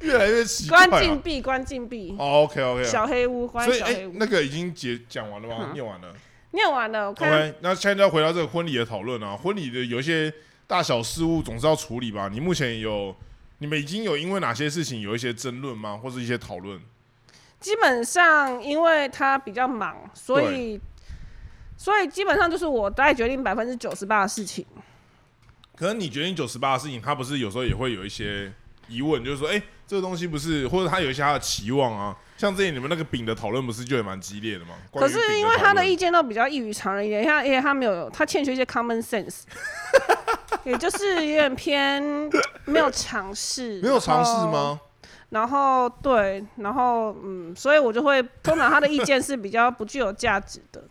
Speaker 2: 越来越奇怪、啊？
Speaker 3: 关禁闭，关禁闭，
Speaker 2: 哦，OK OK，
Speaker 3: 小黑屋，关
Speaker 2: 所以
Speaker 3: 小
Speaker 2: 哎、
Speaker 3: 黑屋。
Speaker 2: 那个已经结讲完了吗？
Speaker 3: 嗯
Speaker 2: 念完了。
Speaker 3: 念完了，我看
Speaker 2: OK，那现在就要回到这个婚礼的讨论啊，婚礼的有一些大小事务总是要处理吧？你目前有你们已经有因为哪些事情有一些争论吗？或是一些讨论？
Speaker 3: 基本上因为他比较忙，所以所以基本上就是我大概决定百分之九十八的事情。
Speaker 2: 可能你决定九十八的事情，他不是有时候也会有一些疑问，就是说，哎、这个东西不是，或者他有一些他的期望啊。像之前你们那个饼的讨论，不是就也蛮激烈的吗？
Speaker 3: 可
Speaker 2: 关于
Speaker 3: 是
Speaker 2: 饼
Speaker 3: 因为他
Speaker 2: 讨
Speaker 3: 的
Speaker 2: 论
Speaker 3: 意见都比较异于常人一点，他因为他没有他欠缺一些 common sense，也就是有点偏没有尝试，
Speaker 2: 没有尝试吗？
Speaker 3: 然后？然后对，然后嗯，所以我就会通常他的意见是比较不具有价值的。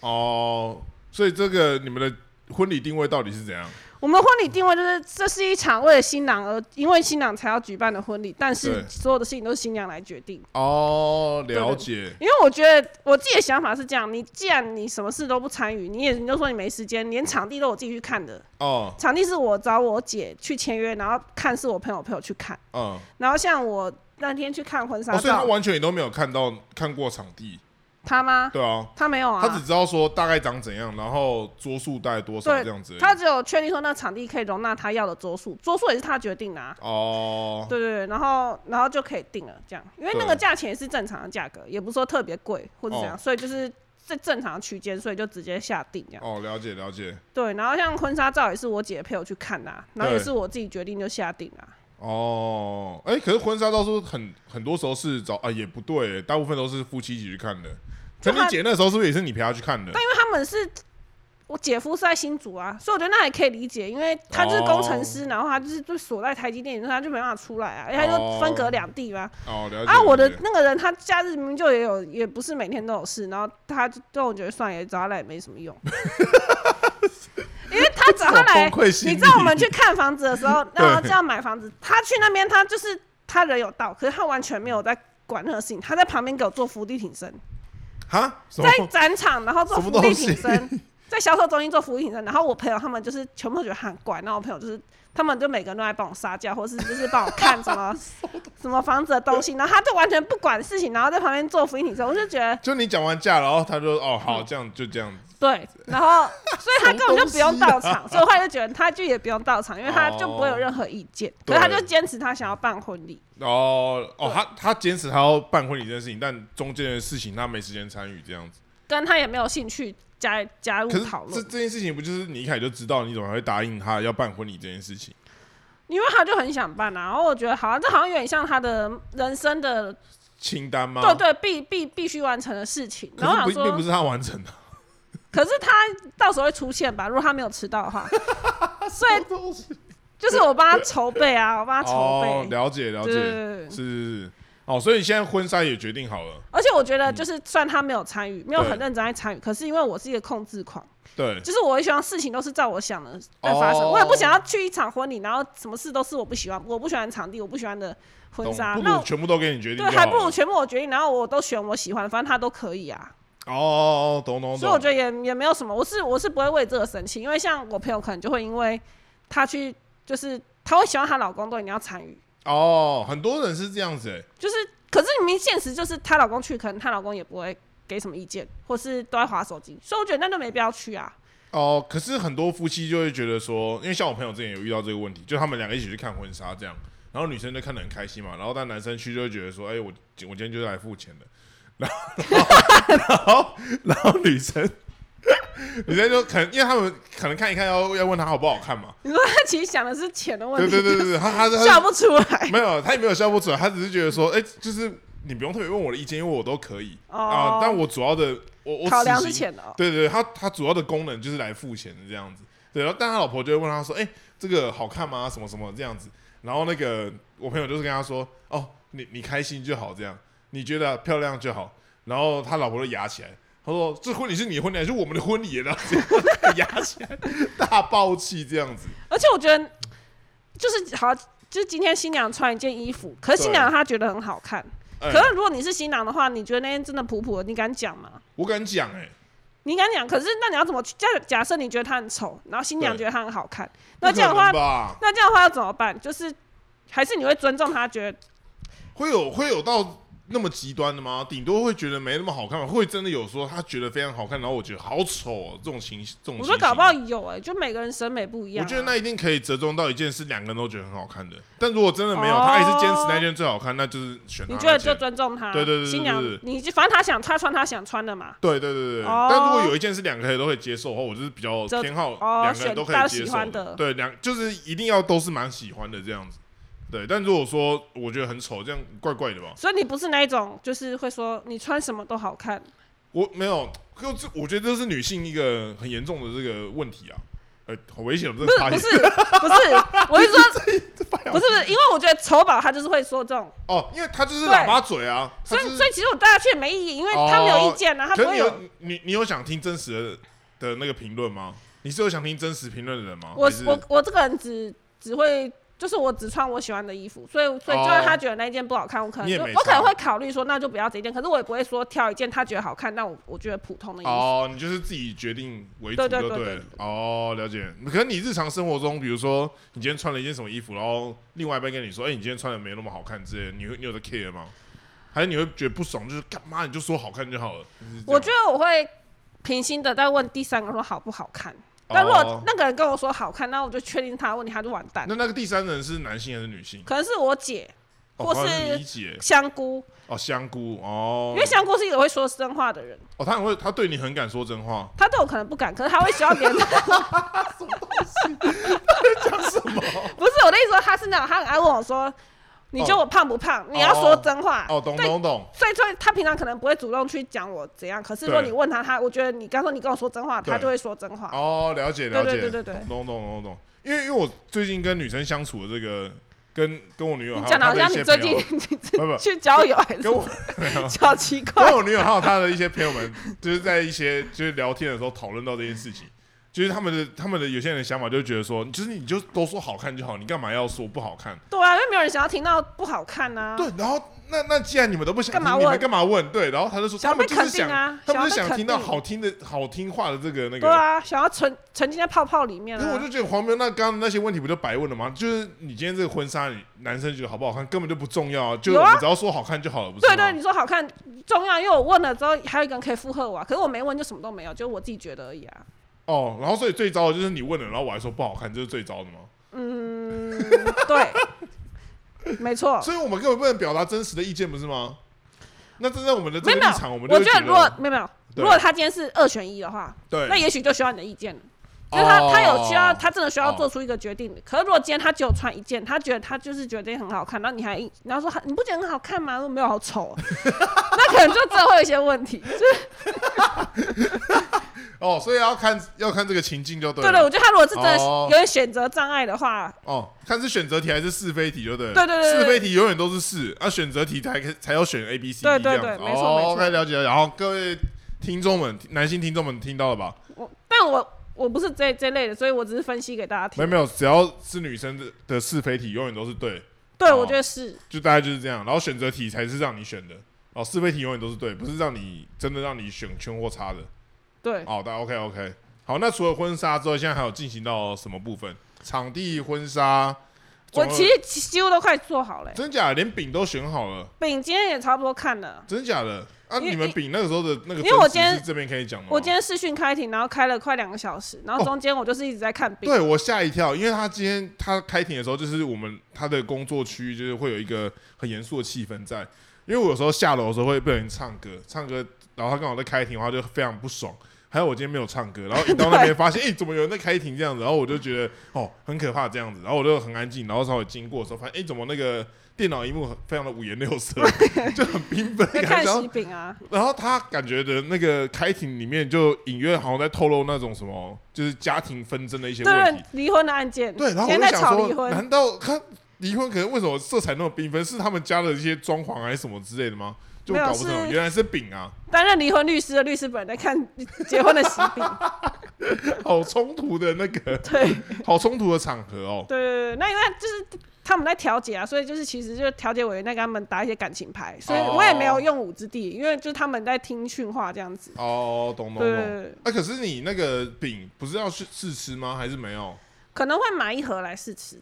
Speaker 2: 哦，所以这个你们的婚礼定位到底是怎样？
Speaker 3: 我们的婚礼定位就是，这是一场为了新郎而因为新郎才要举办的婚礼，但是
Speaker 2: 对
Speaker 3: 所有的事情都是新娘来决定。
Speaker 2: 哦，
Speaker 3: 对
Speaker 2: 了解，
Speaker 3: 因为我觉得我自己的想法是这样，你既然你什么事都不参与，你也你就说你没时间，连场地都我自己去看的，
Speaker 2: 哦，
Speaker 3: 场地是我找我姐去签约，然后看是我朋友陪我去看，
Speaker 2: 嗯，
Speaker 3: 然后像我那天去看婚纱
Speaker 2: 哦，所以
Speaker 3: 照，
Speaker 2: 他完全也都没有看到看过场地，
Speaker 3: 他吗？
Speaker 2: 对啊，
Speaker 3: 他没有啊，
Speaker 2: 他只知道说大概长怎样，然后桌数大概多少
Speaker 3: 对
Speaker 2: 这样子而已。
Speaker 3: 他只有确定说那场地可以容纳他要的桌数，桌数也是他决定的、啊。
Speaker 2: 哦，
Speaker 3: 对对对，然后然后就可以定了，这样，因为那个
Speaker 2: 对
Speaker 3: 价钱也是正常的价格，也不是说特别贵或者怎样，
Speaker 2: 哦
Speaker 3: 所以就是在正常的区间，所以就直接下定这样。
Speaker 2: 哦，了解了解，
Speaker 3: 对，然后像婚纱照也是我姐陪我去看的、啊，然后也
Speaker 2: 对
Speaker 3: 是我自己决定就下定啊啦、
Speaker 2: 哦，哎、可是婚纱照是不是很很多时候是找啊，也不对，大部分都是夫妻一起去看的。可
Speaker 3: 就是他
Speaker 2: 你姐那时候是不是也是你陪她去看的？
Speaker 3: 因为他们是我姐夫是在新竹啊，所以我觉得那还可以理解，因为他就是工程师，然后他就是就锁在台积电，所以他就没办法出来啊，因为他就分隔两地嘛。
Speaker 2: 哦，了解。
Speaker 3: 啊，我的
Speaker 2: 了解
Speaker 3: 那个人他假日明明就也有，也不是每天都有事，然后他就让我觉得算了，找他来也没什么用。因为他找他来，
Speaker 2: 这种崩溃心理
Speaker 3: 你知道我们去看房子的 时候，然后
Speaker 2: 对
Speaker 3: 就要买房子，他去那边他就是他人有到，可是他完全没有在管那个事情，他在旁边给我做伏地挺身，
Speaker 2: 哈什么
Speaker 3: 在展场然后做
Speaker 2: 什么
Speaker 3: 伏地
Speaker 2: 东西
Speaker 3: 挺身，在销售中心做伏地挺身，然后我朋友他们就是全部都觉得很怪，然后我朋友就是他们就每个人都来帮我杀价，或是就是帮我看 什么什么房子的东西，然后他就完全不管事情，然后在旁边做伏地挺身，我就觉得
Speaker 2: 就你讲完价，然后他就哦
Speaker 3: 嗯
Speaker 2: 好，这样就这样子。
Speaker 3: 对，然后所以他根本就不用
Speaker 2: 什么
Speaker 3: 到
Speaker 2: 东西啊
Speaker 3: 场，所以我后来就觉得他就也不用到场，因为他就不会有
Speaker 2: 哦
Speaker 3: 任何意见，可
Speaker 2: 对
Speaker 3: 是他就坚持他想要办婚礼，
Speaker 2: 哦哦，他他坚持他要办婚礼这件事情，但中间的事情他没时间参与这样子。
Speaker 3: 但他也没有兴趣加加入
Speaker 2: 可是
Speaker 3: 讨
Speaker 2: 这
Speaker 3: 论，
Speaker 2: 这件事情不就是你一开始就知道，你怎么还会答应他要办婚礼这件事情？
Speaker 3: 因为他就很想办啊，然后我觉得好像这好像有点像他的人生的
Speaker 2: 清单吗？
Speaker 3: 对对，必必必须完成的事情。然后
Speaker 2: 啊可
Speaker 3: 我
Speaker 2: 是
Speaker 3: 想
Speaker 2: 不并不是
Speaker 3: 说，
Speaker 2: 他完 成的。
Speaker 3: 可是他到时候会出现吧？如果他没有迟到 的话，所以就是我帮他筹备啊，我帮他筹
Speaker 2: 哦，
Speaker 3: 备。
Speaker 2: 了解了
Speaker 3: 对对
Speaker 2: 解，
Speaker 3: 对
Speaker 2: 是
Speaker 3: 对，
Speaker 2: 是是。哦，所以现在婚纱也决定好了。
Speaker 3: 而且我觉得就是虽然他没有参与，没有很
Speaker 2: 嗯对
Speaker 3: 认真在参与，可是因为我是一个控制狂，
Speaker 2: 对，
Speaker 3: 就是我也希望事情都是照我想的在发
Speaker 2: 哦
Speaker 3: 生，我也不想要去一场婚礼，然后什么事都是我不喜欢，我不喜欢场地，我不喜欢的婚
Speaker 2: 懂
Speaker 3: 纱，
Speaker 2: 不
Speaker 3: 那
Speaker 2: 如
Speaker 3: 我
Speaker 2: 全部都给你决定就好
Speaker 3: 对，
Speaker 2: 了。
Speaker 3: 还不如全部我决定，然后我都选我喜欢的，反正他都可以啊。
Speaker 2: 哦哦哦，懂懂懂。
Speaker 3: 所以我觉得也也没有什么，我是我是不会为这个生气，因为像我朋友可能就会因为她去，就是她会喜欢她老公，对，你要参与，
Speaker 2: 哦，很多人是这样子哎、
Speaker 3: 就是可是明明现实就是她老公去，可能她老公也不会给什么意见，或是都在划手机，所以我觉得那就没必要去啊。
Speaker 2: 哦，可是很多夫妻就会觉得说，因为像我朋友之前有遇到这个问题，就他们两个一起去看婚纱这样，然后女生就看得很开心嘛，然后但男生去就会觉得说，哎、我我今天就是来付钱的， 然后然后然后然后女生女生就可能因为他们可能看一看要要问他好不好看嘛，
Speaker 3: 你说他其实想的是钱哦的问
Speaker 2: 对
Speaker 3: 题，
Speaker 2: 对对对，对他他他
Speaker 3: 笑不出来。
Speaker 2: 没有他也没有笑不出来，他只是觉得说，哎、就是你不用特别问我的意见，因为我都可以
Speaker 3: 哦
Speaker 2: 啊、但我主要的我我
Speaker 3: 考量
Speaker 2: 此
Speaker 3: 是
Speaker 2: 行
Speaker 3: 钱的哦
Speaker 2: 对对，对他他主要的功能就是来付钱的这样子。对，然后但他老婆就会问他说：“哎、这个好看吗？什么什么这样子。”然后那个我朋友就是跟他说：“哦，你你开心就好，这样你觉得漂亮就好。”然后他老婆就压起来，他说：“这婚礼是你的婚礼还是我们的婚礼？”啊 然后这样压起来，大爆气这样子。
Speaker 3: 而且我觉得啊就是好，啊就是今天新娘穿一件衣服，可是新娘她觉得很好看，
Speaker 2: 哎
Speaker 3: 可是如果你是新郎的话，你觉得那天真的普普的，你敢讲吗？
Speaker 2: 我敢讲、哎，
Speaker 3: 你敢讲，可是那你要怎么去？假假设你觉得他很丑，然后新娘
Speaker 2: 对
Speaker 3: 觉得他很好看，
Speaker 2: 不
Speaker 3: 那这样的
Speaker 2: 可
Speaker 3: 话
Speaker 2: 能，吧，
Speaker 3: 那这样的话要怎么办？就是还是你会尊重他，觉得
Speaker 2: 嗯会有会有到那么极端的吗？顶多会觉得没那么好看吗？会真的有说他觉得非常好看，然后我觉得好丑、哦，这种情这种
Speaker 3: 我
Speaker 2: 情
Speaker 3: 说
Speaker 2: 形
Speaker 3: 搞不好有哎、就每个人审美不一样
Speaker 2: 我
Speaker 3: 啊、
Speaker 2: 觉得那一定可以折中到一件是两个人都觉得很好看的，但如果真的没有，
Speaker 3: 哦
Speaker 2: 他还是坚持那件最好看，那就是选他
Speaker 3: 你
Speaker 2: 那
Speaker 3: 觉
Speaker 2: 件。
Speaker 3: 得就尊重他，
Speaker 2: 对对对对
Speaker 3: 新娘
Speaker 2: 对对
Speaker 3: 你就反正他想他穿他想穿的嘛，
Speaker 2: 对对对对对，
Speaker 3: 哦
Speaker 2: 但如果有一件是两个人都会接受的话，我就是比较
Speaker 3: 就
Speaker 2: 偏好
Speaker 3: 哦
Speaker 2: 两个人都可
Speaker 3: 选
Speaker 2: 以
Speaker 3: 到
Speaker 2: 接
Speaker 3: 喜
Speaker 2: 受
Speaker 3: 欢的
Speaker 2: 对，两就是一定要都是蛮喜欢的这样子。对，但如果说我觉得很丑，这样怪怪的吧？
Speaker 3: 所以你不是那一种就是会说你穿什么都好看，
Speaker 2: 我没有，可这我觉得这是女性一个很严重的这个问题啊，呃，好危险，我真
Speaker 3: 不
Speaker 2: 的
Speaker 3: 是
Speaker 2: 发
Speaker 3: 不
Speaker 2: 言
Speaker 3: 是不是，我是说
Speaker 2: 这 发言
Speaker 3: 不是不是，因为我觉得丑宝他就是会说这种，
Speaker 2: 哦，因为她就是
Speaker 3: 对
Speaker 2: 喇叭嘴啊，
Speaker 3: 所以
Speaker 2: 她就是哦
Speaker 3: 所以其实我带他去也没意义，因为他没有意见啊，他
Speaker 2: 可是
Speaker 3: 不会
Speaker 2: 你
Speaker 3: 有
Speaker 2: 有你你有想听真实的的那个评论吗？你是有想听真实评论的人吗？
Speaker 3: 我
Speaker 2: 还是
Speaker 3: 我我这个人只只会，就是我只穿我喜欢的衣服，所以所以就算他觉得那一件不好看，我可能
Speaker 2: 哦你也
Speaker 3: 就
Speaker 2: 没
Speaker 3: 我可能
Speaker 2: 差
Speaker 3: 会考虑说那就不要这一件，可是我也不会说挑一件他觉得好看，但我我觉得普通的衣服。
Speaker 2: 哦，你就是自己决定为主
Speaker 3: 对
Speaker 2: 就
Speaker 3: 对
Speaker 2: 了
Speaker 3: 对对
Speaker 2: 哦，了解。可是你日常生活中，比如说你今天穿了一件什么衣服，然后另外一半跟你说，哎、你今天穿的没那么好看之类的，你会你有在 care 吗？还是你会觉得不爽，就是干嘛你就说好看就好了？就是这样
Speaker 3: 我觉得我会平心的再问第三个说好不好看。
Speaker 2: 哦
Speaker 3: 但如果那个人跟我说好看，那我就确定他的问题，他就完蛋。
Speaker 2: 那那个第三人是男性还是女性？
Speaker 3: 可能是我姐
Speaker 2: 哦，
Speaker 3: 或
Speaker 2: 好像
Speaker 3: 是
Speaker 2: 理解
Speaker 3: 香菇，
Speaker 2: 哦，香菇哦，
Speaker 3: 因为香菇是一个会说真话的人，
Speaker 2: 哦，他很会，他对你很敢说真话，
Speaker 3: 他对我可能不敢，可是他会喜欢别人。
Speaker 2: 讲什么？
Speaker 3: 不是我的意思说，他是那种他很爱问我说，你觉得我胖不胖？你要说真话。
Speaker 2: 哦，懂
Speaker 3: 对
Speaker 2: 懂懂，
Speaker 3: 所以，所以他平常可能不会主动去讲我怎样，可是如果
Speaker 2: 对
Speaker 3: 你问他，他我觉得你刚说你跟我说真话，他
Speaker 2: 对
Speaker 3: 就会说真话。
Speaker 2: 哦，了解了解，
Speaker 3: 对对对对对
Speaker 2: 懂懂懂懂懂。因为因为我最近跟女生相处的这个，跟跟我女友还
Speaker 3: 你
Speaker 2: 有
Speaker 3: 讲的
Speaker 2: 她
Speaker 3: 好
Speaker 2: 的一
Speaker 3: 像
Speaker 2: 些
Speaker 3: 你
Speaker 2: 朋
Speaker 3: 最
Speaker 2: 友，
Speaker 3: 近
Speaker 2: 不不
Speaker 3: 去交友还是
Speaker 2: 跟我没有
Speaker 3: 较奇
Speaker 2: 跟
Speaker 3: 怪。
Speaker 2: 我女友还有她的一些朋友们， 就是在一些就是聊天的时候讨论到这件事情，就是他们的他们的有些人的想法就觉得说，就是你就都说好看就好，你干嘛要说不好看？
Speaker 3: 对啊，因为没有人想要听到不好看啊。
Speaker 2: 对，然后那那既然你们都不想
Speaker 3: 干嘛
Speaker 2: 听，你们
Speaker 3: 问
Speaker 2: 干嘛问？对，然后他就说
Speaker 3: 想
Speaker 2: 他
Speaker 3: 要
Speaker 2: 们
Speaker 3: 被
Speaker 2: 就是
Speaker 3: 肯定
Speaker 2: 想，
Speaker 3: 啊
Speaker 2: 他们就是
Speaker 3: 想要被
Speaker 2: 想听到
Speaker 3: 肯定
Speaker 2: 好听的好听话的这个那
Speaker 3: 对
Speaker 2: 个。
Speaker 3: 啊，想要沉沉浸在泡泡里面
Speaker 2: 可是我
Speaker 3: 啊
Speaker 2: 就。觉得黄牛那刚刚那些问题不就白问了吗？就是你今天这个婚纱，你男生觉得好不好看根本就不重要啊，就是
Speaker 3: 有
Speaker 2: 我
Speaker 3: 啊
Speaker 2: 们只要说好看就好了，不是吗？
Speaker 3: 对对，你说好看重要，因为我问了之后，还有一个人可以附和我啊。可是我没问，就什么都没有，就我自己觉得而已啊。
Speaker 2: 哦，然后所以最糟的就是你问了，然后我还说不好看，这是最糟的吗？
Speaker 3: 嗯，对，没错。
Speaker 2: 所以我们根本不能表达真实的意见，不是吗？那站在我们的这
Speaker 3: 没
Speaker 2: 个立
Speaker 3: 有没有
Speaker 2: 场，我们就
Speaker 3: 我
Speaker 2: 会
Speaker 3: 觉
Speaker 2: 觉
Speaker 3: 得如果没有没有，
Speaker 2: 对
Speaker 3: 如果他今天是二选一的话，
Speaker 2: 对，
Speaker 3: 那也许就需要你的意见了。就是他，他有需要，
Speaker 2: 哦
Speaker 3: 他真的需要
Speaker 2: 哦
Speaker 3: 做出一个决定。可是如果今天他只有穿一件，他觉得他就是觉得很好看，然后你还硬然后说你不觉得很好看吗？说没有，好丑、哦，那可能就这会有一些问题。就是
Speaker 2: 哦，所以要看要看这个情境就对
Speaker 3: 对
Speaker 2: 了。
Speaker 3: 对，我觉得他如果是真的
Speaker 2: 哦
Speaker 3: 有点选择障碍的话，
Speaker 2: 哦，看是选择题还是是非题就对了。
Speaker 3: 对对对对
Speaker 2: 是非题永远都是是，啊，选择题才才要选 A B C D
Speaker 3: 对对
Speaker 2: 这样子
Speaker 3: 对没错
Speaker 2: 哦
Speaker 3: 没错
Speaker 2: OK，了解了解。然后各位听众们，男性听众们听到 了吧？
Speaker 3: 我但我我不是这这类的，所以我只是分析给大家
Speaker 2: 没
Speaker 3: 听
Speaker 2: 有。没有，只要是女生的的是非题，永远都是对，
Speaker 3: 对，
Speaker 2: 哦
Speaker 3: 我觉得是
Speaker 2: 就大概就是这样。然后选择题才是让你选的。哦，是非题永远都是对，不是让你真的让你选圈或叉的。
Speaker 3: 对。
Speaker 2: 哦，那 OK OK，好，那除了婚纱之后，现在还有进行到什么部分？场地、婚纱，
Speaker 3: 我
Speaker 2: 总
Speaker 3: 其实其几乎都快做好了、欸，
Speaker 2: 真假的连饼都选好了，
Speaker 3: 饼今天也差不多看了。
Speaker 2: 真假的啊？
Speaker 3: 因为
Speaker 2: 你们饼那个时候的那个，
Speaker 3: 因为我今天
Speaker 2: 这边可以讲吗？
Speaker 3: 我今天视讯开庭，然后开了快两个小时，
Speaker 2: 哦
Speaker 3: 然后中间我就是一直在看病。
Speaker 2: 对我吓一跳，因为他今天他开庭的时候，就是我们他的工作区就是会有一个很严肃的气氛在，因为我有时候下楼的时候会被人唱歌，唱歌，然后他刚好在开庭的话就非常不爽。还有我今天没有唱歌，然后一 到那边发现，哎、怎么有人在开庭这样子？然后我就觉得哦，很可怕这样子，然后我就很安静，然后稍微经过的时候，发现，哎、怎么那个电脑荧幕很非常的五颜六 色，就很缤纷
Speaker 3: 在
Speaker 2: 的感
Speaker 3: 看
Speaker 2: 觉。然后
Speaker 3: 喜饼啊，
Speaker 2: 然后他感觉的那个开庭里面，就隐约好像在透露那种什么，就是家庭纷争的一些
Speaker 3: 对
Speaker 2: 问题
Speaker 3: 对。，离婚的案件，
Speaker 2: 对，然后我
Speaker 3: 现
Speaker 2: 就
Speaker 3: 在在
Speaker 2: 想
Speaker 3: 吵离
Speaker 2: 说，
Speaker 3: 婚，
Speaker 2: 难道他离婚可能为什么色彩那么缤纷？是他们家的一些装潢还是什么之类的吗？就我
Speaker 3: 没有
Speaker 2: 搞不懂，
Speaker 3: 是
Speaker 2: 原来是饼啊，
Speaker 3: 担任离婚律师的律师本人在看 结婚的喜饼。
Speaker 2: 好冲突的那 个，
Speaker 3: 对对
Speaker 2: 好冲突的场合哦。
Speaker 3: 对对，那因为就是他们在调解啊，所以就是其实就是调解委员在跟他们打一些感情牌，所以
Speaker 2: 哦
Speaker 3: 我也没有用武之地，因为就是他们在听训话这样子。
Speaker 2: 哦，懂懂
Speaker 3: 对对
Speaker 2: 懂。
Speaker 3: 对，
Speaker 2: 那、可是你那个饼不是要试试吃吗？还是没有？
Speaker 3: 可能会买一盒来试吃。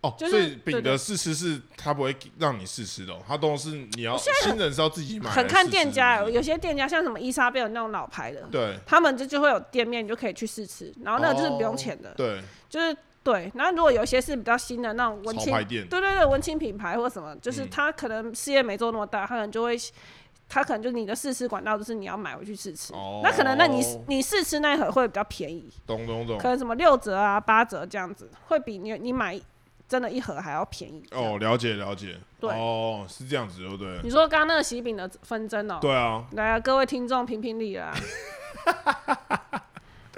Speaker 2: 哦，
Speaker 3: 就是
Speaker 2: 所以饼
Speaker 3: 对
Speaker 2: 的
Speaker 3: 对
Speaker 2: 试吃是他不会给让你试吃的、哦，他都是你要
Speaker 3: 现在
Speaker 2: 新人是要自己买来试
Speaker 3: 很
Speaker 2: 吃，
Speaker 3: 看店
Speaker 2: 是
Speaker 3: 家欸，
Speaker 2: 不是
Speaker 3: 有些店家像什么伊莎贝尔那种老牌的，
Speaker 2: 对
Speaker 3: 他们就就会有店面，你就可以去试吃，然后那个就是不用钱的，
Speaker 2: 哦对
Speaker 3: 就是对。然后如果有一些是比较新的那种文青
Speaker 2: 潮牌，店
Speaker 3: 对对对，文青品牌或什么，就是
Speaker 2: 嗯
Speaker 3: 他可能事业没做那么大，他可能就会。他可能就是你的试吃管道，就是你要买回去试吃。
Speaker 2: 哦
Speaker 3: 那可能那你你试吃那一盒会比较便宜，
Speaker 2: 懂懂懂
Speaker 3: 可。能什么六折啊、八折这样子，会比你你买真的一盒还要便宜。
Speaker 2: 哦，，了解了解。
Speaker 3: 对嗯
Speaker 2: 哦，是这样子，对不对？
Speaker 3: 你说刚刚那个喜饼的纷争哦、
Speaker 2: 对啊，
Speaker 3: 来啊，各位听众评评理啦！我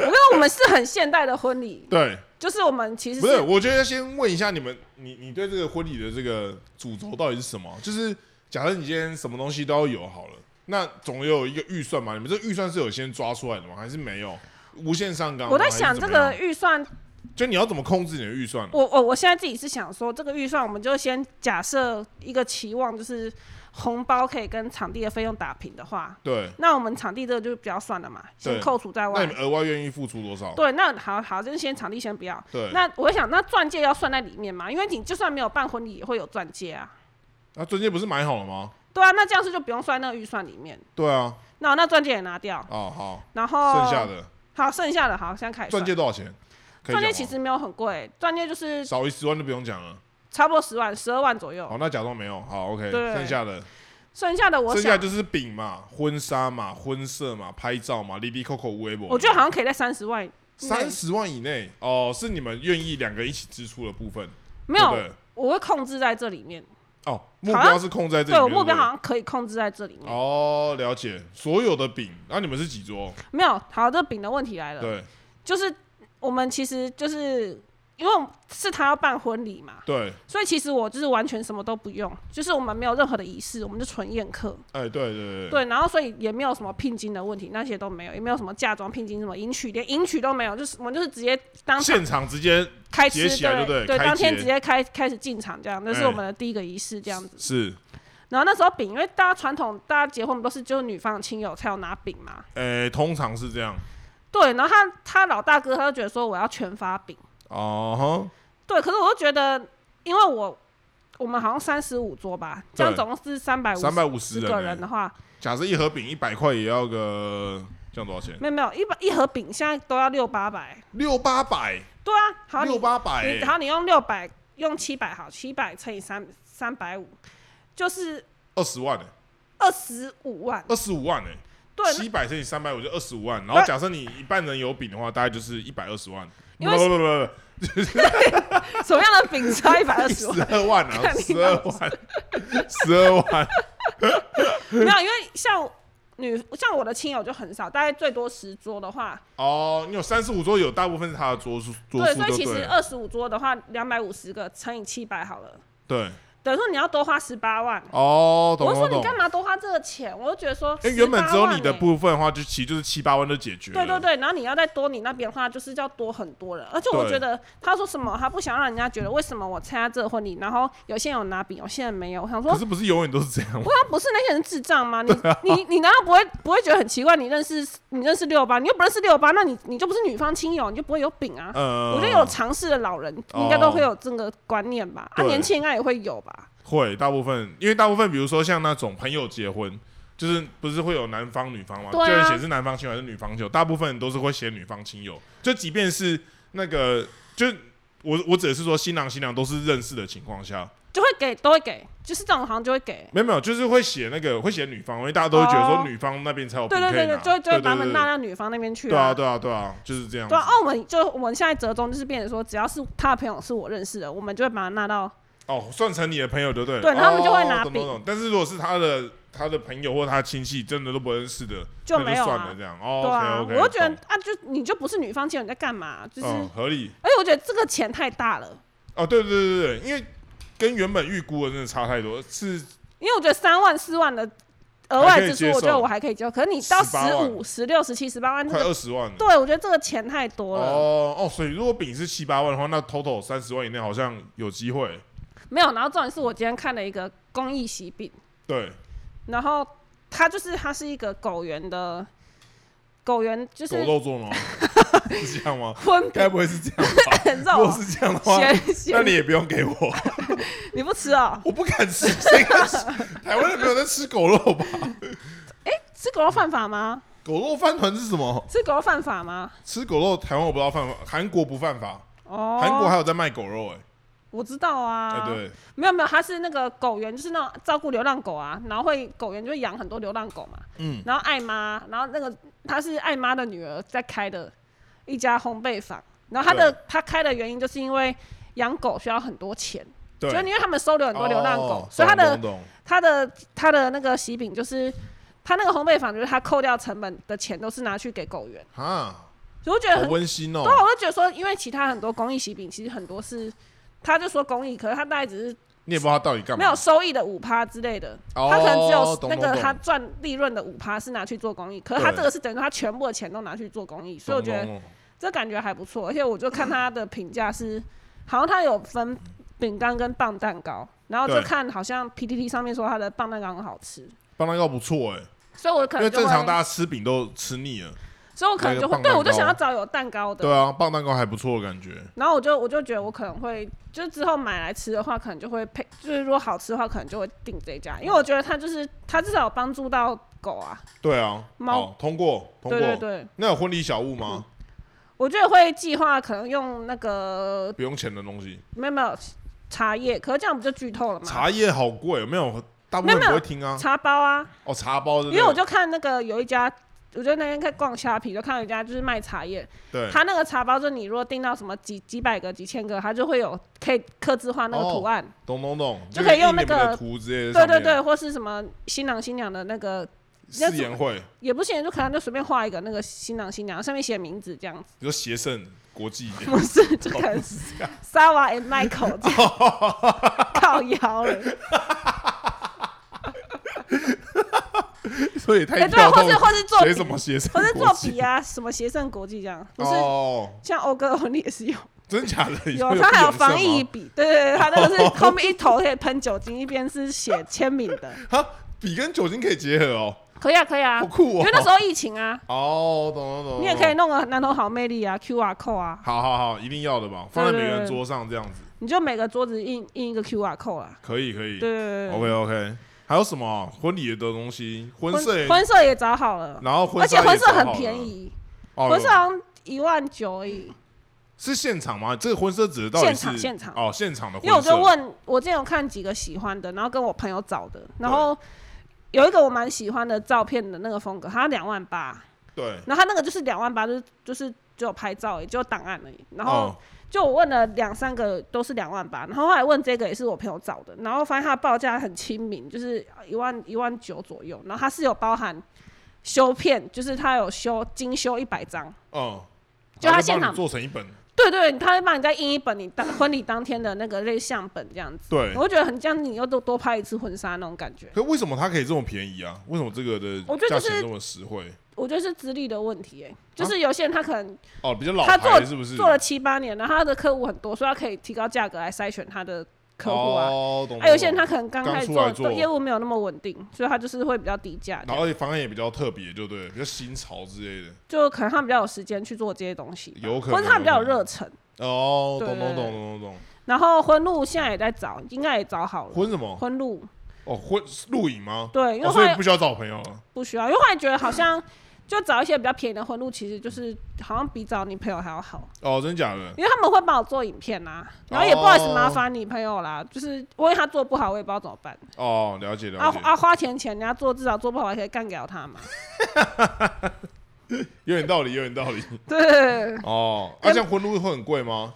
Speaker 3: 觉得我们是很现代的婚礼，
Speaker 2: 对，
Speaker 3: 就是我们其实
Speaker 2: 不是，
Speaker 3: 是
Speaker 2: 我觉得先问一下你们，你你对这个婚礼的这个主轴到底是什么？就是假设你今天什么东西都要有好了，那总有一个预算嘛？你们这个预算是有先抓出来的吗？还是没有？无限上纲吗？
Speaker 3: 我在
Speaker 2: 还是
Speaker 3: 想
Speaker 2: 怎
Speaker 3: 这
Speaker 2: 么样
Speaker 3: 个，预算，
Speaker 2: 就你要怎么控制你的预算啊？
Speaker 3: 我我我现在自己是想说，这个预算我们就先假设一个期望，就是红包可以跟场地的费用打平的话，
Speaker 2: 对，
Speaker 3: 那我们场地这个就不要算了嘛，先
Speaker 2: 对
Speaker 3: 扣除在
Speaker 2: 那
Speaker 3: 外
Speaker 2: 你们。额外愿意付出多少？
Speaker 3: 对，那好好，就是先场地先不要。
Speaker 2: 对，
Speaker 3: 那我想，那钻戒要算在里面嘛？因为你就算没有办婚礼，也会有钻戒啊。
Speaker 2: 那钻戒不是买好了吗？
Speaker 3: 对啊，那这样是就不用算那个预算里面，
Speaker 2: 对啊，
Speaker 3: 那那钻戒也拿掉，
Speaker 2: 哦
Speaker 3: 然
Speaker 2: 好，
Speaker 3: 后
Speaker 2: 剩下的
Speaker 3: 好剩下的好，现在开始
Speaker 2: 钻
Speaker 3: 算
Speaker 2: 戒多少钱？可以
Speaker 3: 钻戒
Speaker 2: 讲
Speaker 3: 其
Speaker 2: 吗
Speaker 3: 实没有很贵，钻戒就是
Speaker 2: 少于十万就不用讲了。
Speaker 3: 差不多十万十二万左右，
Speaker 2: 好，那假装没有。好，OK，
Speaker 3: 对
Speaker 2: 剩下的
Speaker 3: 剩下的我
Speaker 2: 剩下
Speaker 3: 想
Speaker 2: 就是饼嘛、婚纱嘛、婚摄嘛、拍照嘛、里里扣扣、微博。
Speaker 3: 我觉得好像可以在三十万以内
Speaker 2: 三十万以内哦，是你们愿意两个一起支出的部分。
Speaker 3: 没
Speaker 2: 对不
Speaker 3: 有
Speaker 2: 对，
Speaker 3: 我会控制在这里面。
Speaker 2: 哦，目
Speaker 3: 好
Speaker 2: 标
Speaker 3: 像
Speaker 2: 是控在这里
Speaker 3: 对
Speaker 2: 面。
Speaker 3: 我目标好
Speaker 2: 对
Speaker 3: 像可以控制在这里
Speaker 2: 不对
Speaker 3: 面，
Speaker 2: 哦，了解。所有的饼，那、啊你们是几桌？
Speaker 3: 没有。好，这饼的问题来了，
Speaker 2: 对
Speaker 3: 就是我们其实就是因为是他要办婚礼嘛，
Speaker 2: 对，
Speaker 3: 所以其实我就是完全什么都不用，就是我们没有任何的仪式，我们就纯宴客。
Speaker 2: 哎，对对对
Speaker 3: 对，然后所以也没有什么聘金的问题，那些都没有，也没有什么嫁妆、聘金什么迎娶，连迎娶都没有，就是我们就是直接当场
Speaker 2: 现场直接
Speaker 3: 开
Speaker 2: 结
Speaker 3: 吃，
Speaker 2: 起来就对
Speaker 3: 对
Speaker 2: 开
Speaker 3: 当天
Speaker 2: 结
Speaker 3: 直接开开始进场这样，那是
Speaker 2: 哎
Speaker 3: 我们的第一个仪式这样子。
Speaker 2: 是，
Speaker 3: 然后那时候饼，因为大家传统大家结婚不都是就是女方的亲友才有拿饼嘛，
Speaker 2: 哎，通常是这样。
Speaker 3: 对，然后他他老大哥他就觉得说我要全发饼，
Speaker 2: 哦
Speaker 3: 对，可是我就觉得，因为我我们好像三十五桌吧，这样
Speaker 2: 对
Speaker 3: 总共是三百
Speaker 2: 哈，
Speaker 3: 五
Speaker 2: 三百五十
Speaker 3: 十个人
Speaker 2: 人、
Speaker 3: 的
Speaker 2: 欸，
Speaker 3: 话，
Speaker 2: 假设一盒饼一百块也要个，这样多少钱？
Speaker 3: 没有没有一百一盒饼现在都要六八百，
Speaker 2: 六八百，
Speaker 3: 对啊，好
Speaker 2: 六
Speaker 3: 你
Speaker 2: 八百、
Speaker 3: 你好你用六百用七百好，七百乘以三三百五就是
Speaker 2: 二十万、欸，
Speaker 3: 二十五万，
Speaker 2: 二十五万、欸，
Speaker 3: 对，
Speaker 2: 七百乘以三百五就二十五万，然后假设你一半人有饼的话，大概就是一百二十万，不
Speaker 3: 因
Speaker 2: 不
Speaker 3: 为
Speaker 2: 不不不，
Speaker 3: 那什么样的饼才一百二十万？
Speaker 2: 十 二万啊，
Speaker 3: 看你
Speaker 2: 十二万， 十二万，
Speaker 3: 没有，因为像女像我的亲友就很少，大概最多十桌的话，
Speaker 2: 哦，你有三十五桌，有大部分是他的桌数，桌
Speaker 3: 对，
Speaker 2: 数
Speaker 3: 所以
Speaker 2: 就
Speaker 3: 其实
Speaker 2: 了，
Speaker 3: 二十五桌的话，两百五十个乘以七百好了，
Speaker 2: 对，
Speaker 3: 等于说你要多花十八万。
Speaker 2: 哦，懂
Speaker 3: 我就
Speaker 2: 懂
Speaker 3: 说你
Speaker 2: 懂
Speaker 3: 干。嘛多花这个钱？我就觉得说，
Speaker 2: 因为原本只有你的
Speaker 3: 18万欸，
Speaker 2: 部分的话，就其实就是七八万就解决
Speaker 3: 对对
Speaker 2: 了。
Speaker 3: 对，然后你要再多你那边的话，就是要多很多人。而且我
Speaker 2: 对
Speaker 3: 觉得他说什么，他不想让人家觉得为什么我参加这个婚礼，然后有些人有拿饼，有些人没有。我想说
Speaker 2: 可，是不是永远都是这样吗？
Speaker 3: 那不是那些人智障 吗？你、你你难道不会不会觉得很奇怪？你认识你认识六八，你又不认识六八，那你你就不是女方亲友，你就不会有饼啊。
Speaker 2: 呃，
Speaker 3: 我觉得有尝试的老人应该都会有这个观念吧，啊，
Speaker 2: 对
Speaker 3: 年轻人应该也会有吧。
Speaker 2: 会大部分，因为大部分比如说像那种朋友结婚，就是不是会有男方女方嘛，
Speaker 3: 对啊
Speaker 2: 就会显示男方亲友还是女方亲友，大部分都是会写女方亲友，就即便是那个，就我我只是说新郎新娘都是认识的情况下，
Speaker 3: 就会给，都会给，就是这种好像就会给，
Speaker 2: 没有没有，就是会写那个会写女方，因为大家都会觉得说
Speaker 3: 哦
Speaker 2: 女方那边才有饼
Speaker 3: 对
Speaker 2: 可
Speaker 3: 对
Speaker 2: 以
Speaker 3: 对
Speaker 2: 拿
Speaker 3: 对，就会就会
Speaker 2: 对
Speaker 3: 把他们纳
Speaker 2: 对
Speaker 3: 到女方那边去
Speaker 2: 对啊对啊对啊，就是这样子
Speaker 3: 对啊，哦，我们就我们现在折中就是变成说，只要是他的朋友是我认识的，我们就会把他纳到，
Speaker 2: 哦，算成你的朋友就对了，
Speaker 3: 对他们就会拿
Speaker 2: 哦懂懂
Speaker 3: 饼
Speaker 2: 懂但是如果是他的他的朋友或他亲戚，真的都不认识的，
Speaker 3: 就
Speaker 2: 那
Speaker 3: 没有
Speaker 2: 算
Speaker 3: 啊
Speaker 2: 了。这样哦，
Speaker 3: 对啊
Speaker 2: OK，OK，
Speaker 3: 我就觉
Speaker 2: 懂
Speaker 3: 得啊，就你就不是女方亲友，你在干嘛？就是，
Speaker 2: 嗯，合理。
Speaker 3: 而且我觉得这个钱太大了，
Speaker 2: 哦，对对对对对，因为跟原本预估的真的差太多，是
Speaker 3: 因为我觉得三万四万的额外
Speaker 2: 还可以
Speaker 3: 支出
Speaker 2: 接，
Speaker 3: 我觉得
Speaker 2: 受
Speaker 3: 我还可以接受，可是你到十
Speaker 2: 18万
Speaker 3: 五、十六、十七、十八万，这
Speaker 2: 快
Speaker 3: 个
Speaker 2: 二十万了。
Speaker 3: 对我觉得这个钱太多了。
Speaker 2: 哦哦，所以如果饼是七八万的话，那 total 三十万以内好像有机会。
Speaker 3: 没有，然后重点是我今天看了一个公益喜饼，
Speaker 2: 对，
Speaker 3: 然后它就是它是一个狗园的狗园，就是
Speaker 2: 狗 肉做吗？ 是这样吗？
Speaker 3: 荤
Speaker 2: 该不会是这样吧？
Speaker 3: 很
Speaker 2: 如果
Speaker 3: 肉，啊
Speaker 2: 是这样的话，
Speaker 3: 咸
Speaker 2: 那
Speaker 3: 咸，
Speaker 2: 你也不用给我，
Speaker 3: 你不吃哦？
Speaker 2: 我不敢吃。谁 敢吃？台湾人没有在吃狗肉吧？
Speaker 3: 吃狗肉犯法吗？
Speaker 2: 狗肉饭团是什么？
Speaker 3: 吃狗肉犯法吗？
Speaker 2: 吃狗肉，台湾我不知道犯法，韩国不犯法，
Speaker 3: 哦，
Speaker 2: 韩国还有在卖狗肉哎、
Speaker 3: 我知道
Speaker 2: 哎、
Speaker 3: 啊，
Speaker 2: 对，
Speaker 3: 没有没有，它是那个狗园，就是那种照顾流浪狗啊，然后会狗园就会养很多流浪狗嘛，
Speaker 2: 嗯，
Speaker 3: 然后艾妈，然后那个她是艾妈的女儿在开的一家烘焙坊，然后她的她开的原因就是因为养狗需要很多钱，
Speaker 2: 对，
Speaker 3: 就是因为他们收留很多流浪狗，
Speaker 2: 哦
Speaker 3: 所以他的
Speaker 2: 懂懂懂
Speaker 3: 他的他的那个喜饼就是他那个烘焙坊，就是他扣掉成本的钱都是拿去给狗园，
Speaker 2: 啊，
Speaker 3: 所以我觉得
Speaker 2: 好
Speaker 3: 很，
Speaker 2: 温馨 哦、
Speaker 3: 对啊，我就觉得说，因为其他很多公益喜饼其实很多是。他就说公益，可是他大概只是
Speaker 2: 你也不知道他到底干
Speaker 3: 没
Speaker 2: 嘛，
Speaker 3: 有收益的五趴之类的，
Speaker 2: 哦
Speaker 3: 他可能只有
Speaker 2: 懂
Speaker 3: 那
Speaker 2: 懂
Speaker 3: 个
Speaker 2: 懂
Speaker 3: 他赚利润的五趴是拿去做公益，可是他
Speaker 2: 对
Speaker 3: 这个是等于他全部的钱都拿去做公益，所以我觉得
Speaker 2: 懂懂懂
Speaker 3: 这感觉还不错，而且我就看他的评价是，好像他有分饼干跟棒蛋糕，然后就
Speaker 2: 对
Speaker 3: 看好像 PTT 上面说他的棒蛋糕很好吃，
Speaker 2: 棒蛋糕不错哎、
Speaker 3: 所以我可
Speaker 2: 因
Speaker 3: 能
Speaker 2: 为
Speaker 3: 就会
Speaker 2: 正常大家吃饼都吃腻了，
Speaker 3: 所以我可能就
Speaker 2: 那
Speaker 3: 会
Speaker 2: 个棒
Speaker 3: 对我就
Speaker 2: 蛋糕
Speaker 3: 想要找有蛋糕的。
Speaker 2: 对啊，棒蛋糕还不错，感觉。
Speaker 3: 然后我就我就觉得我可能会，就是之后买来吃的话，可能就会配，就是如果好吃的话，可能就会订这一家，因为我觉得它就是它至少有帮助到狗啊。
Speaker 2: 对啊，
Speaker 3: 猫
Speaker 2: 好，通过，通过。
Speaker 3: 对对对，
Speaker 2: 那有婚礼小物吗？
Speaker 3: 我觉得会计划可能用那个
Speaker 2: 不用钱的东西，
Speaker 3: 没有没有茶叶，可是这样不就剧透了吗？
Speaker 2: 茶叶好贵，有哦没有？大部分
Speaker 3: 嗯没有没
Speaker 2: 不
Speaker 3: 有
Speaker 2: 会听啊。
Speaker 3: 茶包啊，
Speaker 2: 哦，茶包对
Speaker 3: 因
Speaker 2: 不对，
Speaker 3: 为我就看那个有一家，我就那天看逛虾皮，就看到一家就是卖茶叶，
Speaker 2: 对
Speaker 3: 他那个茶包就你如果订到什么几几百个、几千个，他就会有可以刻字化那个
Speaker 2: 哦
Speaker 3: 图案，
Speaker 2: 懂懂懂，
Speaker 3: 就可以用那
Speaker 2: 个印你们的
Speaker 3: 个
Speaker 2: 图之类的。
Speaker 3: 对对对，，或是什么新郎新娘的那个
Speaker 2: 誓言会，
Speaker 3: 也不行，就可能就随便画一个那个新郎新娘，上面写名字这样 子，
Speaker 2: 你说协胜国际，
Speaker 3: 不是就可能 Sava and Michael 这样 靠腰了，
Speaker 2: 所以
Speaker 3: 哎
Speaker 2: 太
Speaker 3: 对，
Speaker 2: 跳
Speaker 3: 或
Speaker 2: 动
Speaker 3: 是
Speaker 2: 了。
Speaker 3: 或是做
Speaker 2: 谁
Speaker 3: 笔
Speaker 2: 怎么协胜
Speaker 3: 或
Speaker 2: 国
Speaker 3: 是
Speaker 2: 际？
Speaker 3: 做笔啊，什么协胜国际这样，不是
Speaker 2: 哦，
Speaker 3: 像欧哥婚礼也是有。
Speaker 2: 真假的？
Speaker 3: 有，
Speaker 2: 你
Speaker 3: 他
Speaker 2: 会
Speaker 3: 还有
Speaker 2: 永胜吗
Speaker 3: 防疫笔，对对对，他那个 是后面一头可以喷酒精，一边是写签名的，
Speaker 2: 哈，笔跟酒精可以结合哦。
Speaker 3: 可以啊，可以啊，
Speaker 2: 好酷哦
Speaker 3: 因为那时候疫情啊，
Speaker 2: 哦，懂懂懂懂。
Speaker 3: 你也可以弄个南头好魅力啊，QR code 啊，
Speaker 2: 好好好，一定要的吧，放在每个人桌上这样子，
Speaker 3: 你就每个桌子印印一个 QR code 啊，
Speaker 2: 可以可以
Speaker 3: 嗯对。对对
Speaker 2: OK OK，还有什么婚礼的东西？婚摄也
Speaker 3: 对，，婚色也找好了，
Speaker 2: 然后婚
Speaker 3: 而
Speaker 2: 纱
Speaker 3: 且婚
Speaker 2: 也
Speaker 3: 色
Speaker 2: 找
Speaker 3: 很
Speaker 2: 好
Speaker 3: 便
Speaker 2: 了。
Speaker 3: 宜，
Speaker 2: 哦，有
Speaker 3: 婚色好像一万九而已，
Speaker 2: 是现场吗？这个婚摄指的到底
Speaker 3: 现
Speaker 2: 是
Speaker 3: 场现场
Speaker 2: 哦，现场的婚
Speaker 3: 因为我
Speaker 2: 摄
Speaker 3: 就问我之前有看几个喜欢的，然后跟我朋友找的，然后有一个我蛮喜欢的照片的那个风格，它两万八，
Speaker 2: 对，
Speaker 3: 然后他那个就是两万八，就是就是只有拍照而已，只有档案而已。然后
Speaker 2: 哦
Speaker 3: 就我问了两三个都是两万八，然后后来问这个也是我朋友找的，然后发现它的报价很亲民，就是一万一万九左右。然后它是有包含修片，就是它有修精修一百张，
Speaker 2: 嗯，
Speaker 3: 就
Speaker 2: 然后
Speaker 3: 他
Speaker 2: 帮
Speaker 3: 现
Speaker 2: 你
Speaker 3: 场
Speaker 2: 做成一本，
Speaker 3: 对对，他会帮你再印一本你当婚礼当天的那个类相本这样子。
Speaker 2: 对。
Speaker 3: 我觉得很像你又多多拍一次婚纱那种感觉。
Speaker 2: 可为什么它可以这么便宜啊？为什么这个的
Speaker 3: 我觉
Speaker 2: 价
Speaker 3: 得就是
Speaker 2: 钱这么实惠？
Speaker 3: 我觉得是资历的问题、欸，就是有些人他可能
Speaker 2: 哦，比较老
Speaker 3: 他
Speaker 2: 牌是不是？
Speaker 3: 做了七八年了，他的客户很多，所以他可以提高价格来筛选他的客户啊。
Speaker 2: 哦，懂。
Speaker 3: 还、有些人他可能刚
Speaker 2: 刚
Speaker 3: 开始
Speaker 2: 出来
Speaker 3: 做，
Speaker 2: 做
Speaker 3: 业务没有那么稳定，所以他就是会比较低价
Speaker 2: 懂，然
Speaker 3: 这样，
Speaker 2: 后而且方案也比较特别，就对了，比较新潮之类的。
Speaker 3: 就可能他比较有时间去做这些东西吧，
Speaker 2: 有可能
Speaker 3: 或者他比较有热忱。
Speaker 2: 哦，
Speaker 3: 对
Speaker 2: 懂懂
Speaker 3: 对
Speaker 2: 懂懂懂懂。
Speaker 3: 然后婚路现在也在找，应该也找好了。
Speaker 2: 婚什么？
Speaker 3: 婚路
Speaker 2: 哦，婚录影吗？
Speaker 3: 对，因为
Speaker 2: 哦，
Speaker 3: 后
Speaker 2: 所以
Speaker 3: 来
Speaker 2: 不需要找朋友了。
Speaker 3: 不需要，因为后来觉得 好像就找一些比较便宜的婚路，其实就是好像比找你朋友还要好。
Speaker 2: 哦，真假的？
Speaker 3: 因为他们会帮我做影片啦、然后也不好意思麻烦你朋友啦，就是万一他做不好，我也不知道怎么办。
Speaker 2: 哦，了解
Speaker 3: 啊
Speaker 2: 了解，
Speaker 3: 啊！花钱钱，人家做至少做不好还可以干 掉他嘛。
Speaker 2: 有点道理，有点道 理。
Speaker 3: 对，
Speaker 2: 哦，啊，
Speaker 3: 哎
Speaker 2: 这样婚录会很贵吗？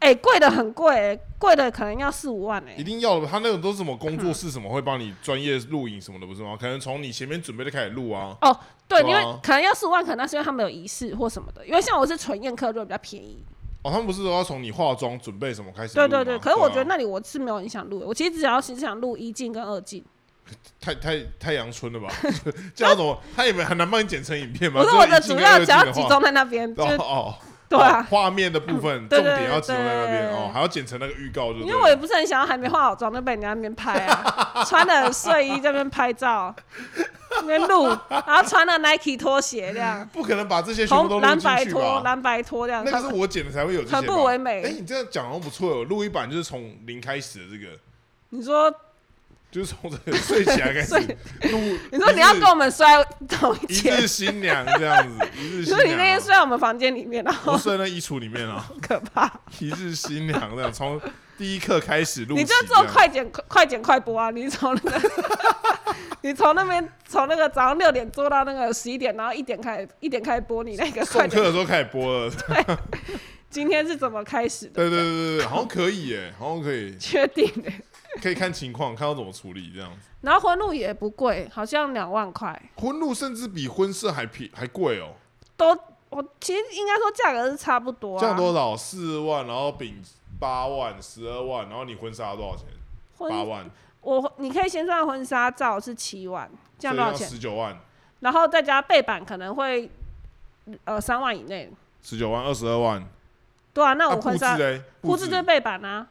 Speaker 3: 哎、贵的很贵、贵的可能要四五万哎、
Speaker 2: 一定要的，他那种都是什么工作室什么会帮你专业录影什么的，不是吗？可能从你前面准备就开始录啊。
Speaker 3: 哦，对，
Speaker 2: 对
Speaker 3: 因
Speaker 2: 啊
Speaker 3: 为可能要四五万，可能那是因为他们有仪式或什么的。因为像我是纯宴客，就比较便宜。
Speaker 2: 哦，他们不是都要从你化妆准备什么开始录
Speaker 3: 对
Speaker 2: 吗？
Speaker 3: 对对，可是我觉得
Speaker 2: 啊
Speaker 3: 那里我是没有很想录的，我其实只要是想录一进跟二进。
Speaker 2: 啊太太太阳春了吧？ 这样怎么？他也没很难帮你剪成影片吧？
Speaker 3: 我说
Speaker 2: 只有
Speaker 3: 我的
Speaker 2: 一镜
Speaker 3: 主
Speaker 2: 跟
Speaker 3: 要
Speaker 2: 二
Speaker 3: 只
Speaker 2: 镜
Speaker 3: 要
Speaker 2: 的
Speaker 3: 集
Speaker 2: 话
Speaker 3: 中在那 边， 就
Speaker 2: 哦
Speaker 3: 是
Speaker 2: 哦，
Speaker 3: 对
Speaker 2: 哦
Speaker 3: 啊。
Speaker 2: 画面的部分
Speaker 3: 对
Speaker 2: 重
Speaker 3: 对
Speaker 2: 点要集中在那边
Speaker 3: 对
Speaker 2: 哦，还要剪成那个预告，就
Speaker 3: 因
Speaker 2: 对
Speaker 3: 为
Speaker 2: 了
Speaker 3: 我也不是很想要还没化好妆就被人家那边拍啊， 穿了睡衣在那边拍照，那边录，然后穿了 Nike 拖鞋这样。
Speaker 2: 不可能把这些全部都
Speaker 3: 红
Speaker 2: 录
Speaker 3: 蓝
Speaker 2: 进
Speaker 3: 白
Speaker 2: 去
Speaker 3: 拖，
Speaker 2: 吧？
Speaker 3: 蓝白拖这样，
Speaker 2: 那个是我剪的才会有这些吧，
Speaker 3: 很不唯美
Speaker 2: 哎，你这样讲好像不错哦，录一版就是从零开始的这个，
Speaker 3: 你说，
Speaker 2: 就是从这个睡起来开始
Speaker 3: 睡
Speaker 2: 录。
Speaker 3: 你说你要跟我们摔同一
Speaker 2: 一
Speaker 3: 间，
Speaker 2: 日新娘这样子，一日
Speaker 3: 你
Speaker 2: 新
Speaker 3: 说你那天
Speaker 2: 娘
Speaker 3: 睡哦在我们房间里面，然
Speaker 2: 啊，我
Speaker 3: 后
Speaker 2: 睡在那衣橱里面啊，
Speaker 3: 很可怕。
Speaker 2: 一日新娘这样，从第一课开始录起
Speaker 3: 你
Speaker 2: 这
Speaker 3: 就
Speaker 2: 样。
Speaker 3: 做快剪快快剪快播啊！你从那个， 你从那边从那个早上六点做到那个十一点，然后一点开一点开播，你那个快
Speaker 2: 上课
Speaker 3: 剪
Speaker 2: 的时候开始播了，
Speaker 3: 今天是怎么开始的？
Speaker 2: 对对对对对，好像可以耶，好像可以，
Speaker 3: 确定的、
Speaker 2: 可以看情况，看要怎么处理这样子。
Speaker 3: 然后婚录也不贵，好像两万块，
Speaker 2: 婚录甚至比婚摄还便还贵哦，
Speaker 3: 都我其实应该说价格是差不多、啊。
Speaker 2: 这样多少？四万，然后饼八万、十二万，然后你婚纱多少钱？
Speaker 3: 婚
Speaker 2: 八万，
Speaker 3: 我你可以先算婚纱照是七万，这样多少钱？
Speaker 2: 十九万，
Speaker 3: 然后再加背板可能会呃三万以内。
Speaker 2: 十九万，二十二万。
Speaker 3: 对啊，那
Speaker 2: 啊
Speaker 3: 我婚纱
Speaker 2: 布置嘞，
Speaker 3: 布
Speaker 2: 置
Speaker 3: 置对背板啊，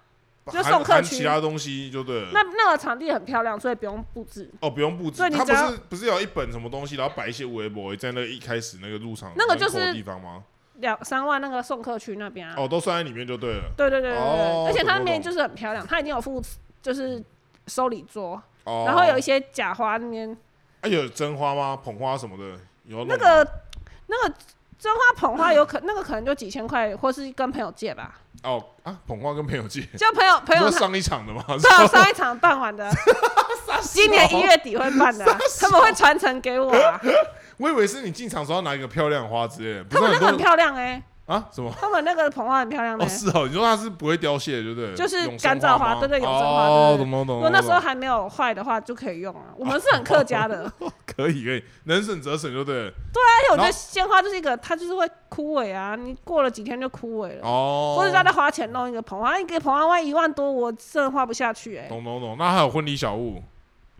Speaker 3: 就
Speaker 2: 含
Speaker 3: 送客
Speaker 2: 含
Speaker 3: 区
Speaker 2: 其他东西就对了。
Speaker 3: 那那个场地很漂亮，所以不用布置。
Speaker 2: 哦，不用布置
Speaker 3: 所以，你
Speaker 2: 他
Speaker 3: 只
Speaker 2: 不
Speaker 3: 要
Speaker 2: 是不是有一本什么东西，然后摆一些围脖在那个一开始那个入场
Speaker 3: 那个就
Speaker 2: 门口的
Speaker 3: 是
Speaker 2: 地方吗？
Speaker 3: 两三万那个送客区那边啊，
Speaker 2: 哦，都算在里面就对了。
Speaker 3: 对对对对对，
Speaker 2: 哦
Speaker 3: 而且它
Speaker 2: 懂
Speaker 3: 那
Speaker 2: 懂
Speaker 3: 边就是很漂亮，它已经有附就是收礼桌，
Speaker 2: 哦，
Speaker 3: 然后有一些假花那边
Speaker 2: 哎有真花吗？捧花什么的有
Speaker 3: 那
Speaker 2: 弄吗
Speaker 3: 个那个真花捧花有可那个可能就几千块，或是跟朋友借吧，
Speaker 2: 哦啊，捧花跟朋友借，
Speaker 3: 就朋友朋
Speaker 2: 不
Speaker 3: 友
Speaker 2: 是
Speaker 3: 他
Speaker 2: 上一场的吗？
Speaker 3: 对啊，上一场办完的，今年一月底会办的啊，他们会传承给我啊，
Speaker 2: 哎我以为是你进场时候拿一个漂亮的花之类的，不是
Speaker 3: 他们那个很
Speaker 2: 多
Speaker 3: 漂亮哎，
Speaker 2: 啊？什么？
Speaker 3: 他们那个捧花很漂亮的
Speaker 2: 哦，
Speaker 3: 欸。
Speaker 2: 是哦，你说它是不会凋谢的，对不对？
Speaker 3: 就是
Speaker 2: 永生
Speaker 3: 干燥
Speaker 2: 花
Speaker 3: 花
Speaker 2: 吗
Speaker 3: 对对永生花
Speaker 2: 哦，
Speaker 3: 对对
Speaker 2: 懂懂懂
Speaker 3: 如
Speaker 2: 懂。
Speaker 3: 果那时候
Speaker 2: 懂
Speaker 3: 还没有坏的话，就可以用啊。我们是很客 家的，而
Speaker 2: 可以可以，能省则省就对了。
Speaker 3: 且我觉
Speaker 2: 然后
Speaker 3: 得鲜花就是一个，它就是会枯萎啊，你过了几天就枯萎了。
Speaker 2: 哦，
Speaker 3: 或者他再花钱弄一个捧花，一个捧花万一万多，我真的花不下去哎、欸。
Speaker 2: 懂懂懂。那还有婚礼小物，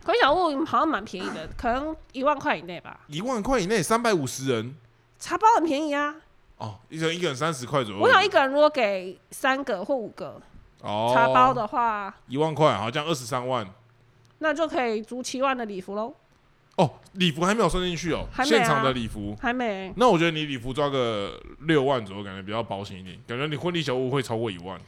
Speaker 3: 可小物好像蛮便宜的，可能一万块以内吧。
Speaker 2: 一万块以内，三百五十人
Speaker 3: 茶包很便宜啊，
Speaker 2: 哦，一人一个人三十块左右。
Speaker 3: 我想一个人如果给三个或五个
Speaker 2: 哦，
Speaker 3: 茶包的话，
Speaker 2: 一万块，好像二十三万。
Speaker 3: 那就可以足七万的礼服喽。
Speaker 2: 哦，礼服还没有算进去哦，
Speaker 3: 还没啊
Speaker 2: 现场的礼服。
Speaker 3: 还没，
Speaker 2: 那我觉得你礼服抓个六万左右，感觉比较保险一点。感觉你婚礼小物会超过一万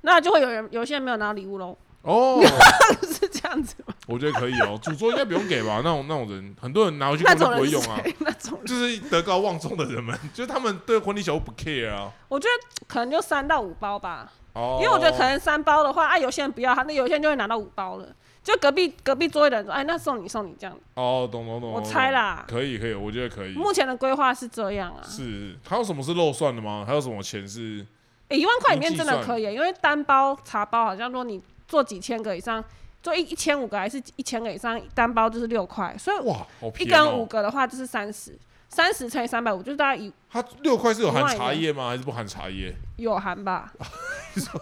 Speaker 3: 那就会有人有些人没有拿礼物喽，
Speaker 2: 哦，
Speaker 3: 是这样子吗？
Speaker 2: 我觉得可以哦。 主桌应该不用给吧？那种那种人，很多人拿回去
Speaker 3: 那
Speaker 2: 根本就不
Speaker 3: 种人
Speaker 2: 会
Speaker 3: 是
Speaker 2: 用啊。
Speaker 3: 谁？ 那种 人，
Speaker 2: 就是德高望重的人们，就是他们对婚礼小物不 care 啊。
Speaker 3: 我觉得可能就三到五包吧，
Speaker 2: 哦，
Speaker 3: 因为我觉得可能三包的话，啊，有些人不要，他那有些人就会拿到五包了。就隔壁隔壁桌位的人说，哎，那送你送你这样。
Speaker 2: 哦，懂懂懂，
Speaker 3: 我
Speaker 2: 懂
Speaker 3: 猜啦
Speaker 2: 可以可以，我觉得可以。
Speaker 3: 目前的规划是这样啊，
Speaker 2: 是，还有什么是漏算的吗？还有什么钱是？
Speaker 3: 诶一、万块里面真的可以、因为单包茶包好像说你做几千个以上，做一一千五个还是一千个以上，单包就是六块，所以
Speaker 2: 哇，好
Speaker 3: 呃一
Speaker 2: 便宜、
Speaker 3: 根五
Speaker 2: 哦！
Speaker 3: 个的话就是三十，三十乘以三百五就是大概一
Speaker 2: 它六块是有含
Speaker 3: 一万
Speaker 2: 茶叶吗？还是不含茶叶？
Speaker 3: 有含吧，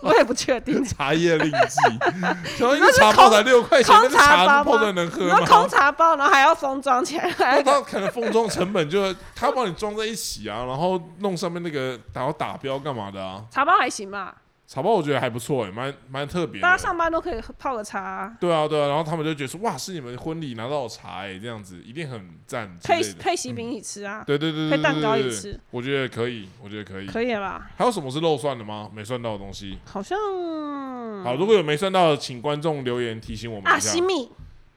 Speaker 3: 我也不确定。
Speaker 2: 茶叶另计。 想到一个茶包才六块钱，那
Speaker 3: 空
Speaker 2: 个
Speaker 3: 茶
Speaker 2: 茶
Speaker 3: 包
Speaker 2: 泡
Speaker 3: 吗
Speaker 2: 的能喝
Speaker 3: 然后空
Speaker 2: 吗？
Speaker 3: 茶包，然后还要封装起来， 还
Speaker 2: 那 它
Speaker 3: 要
Speaker 2: 可能封装成本就它帮你装在一起啊，然后弄上面那个然后打标干嘛的啊？
Speaker 3: 茶包还行吧，
Speaker 2: 茶包我觉得还不错哎、蛮蛮特别的。
Speaker 3: 大家上班都可以喝泡个茶啊、
Speaker 2: 对啊，对啊，然后他们就觉得说，哇，是你们婚礼拿到的茶哎、这样子一定很赞之
Speaker 3: 可
Speaker 2: 类
Speaker 3: 以
Speaker 2: 的。嗯
Speaker 3: 配喜饼一起吃啊，
Speaker 2: 对对对对，
Speaker 3: 配蛋糕
Speaker 2: 对
Speaker 3: 也
Speaker 2: 对
Speaker 3: 吃
Speaker 2: 我觉得可以，我觉得可以。
Speaker 3: 可以了吧？
Speaker 2: 还有什么是漏算的吗？没算到的东西。
Speaker 3: 好像
Speaker 2: 好，如果有没算到的，请观众留言提醒我们
Speaker 3: 啊，
Speaker 2: 一下。
Speaker 3: 新密，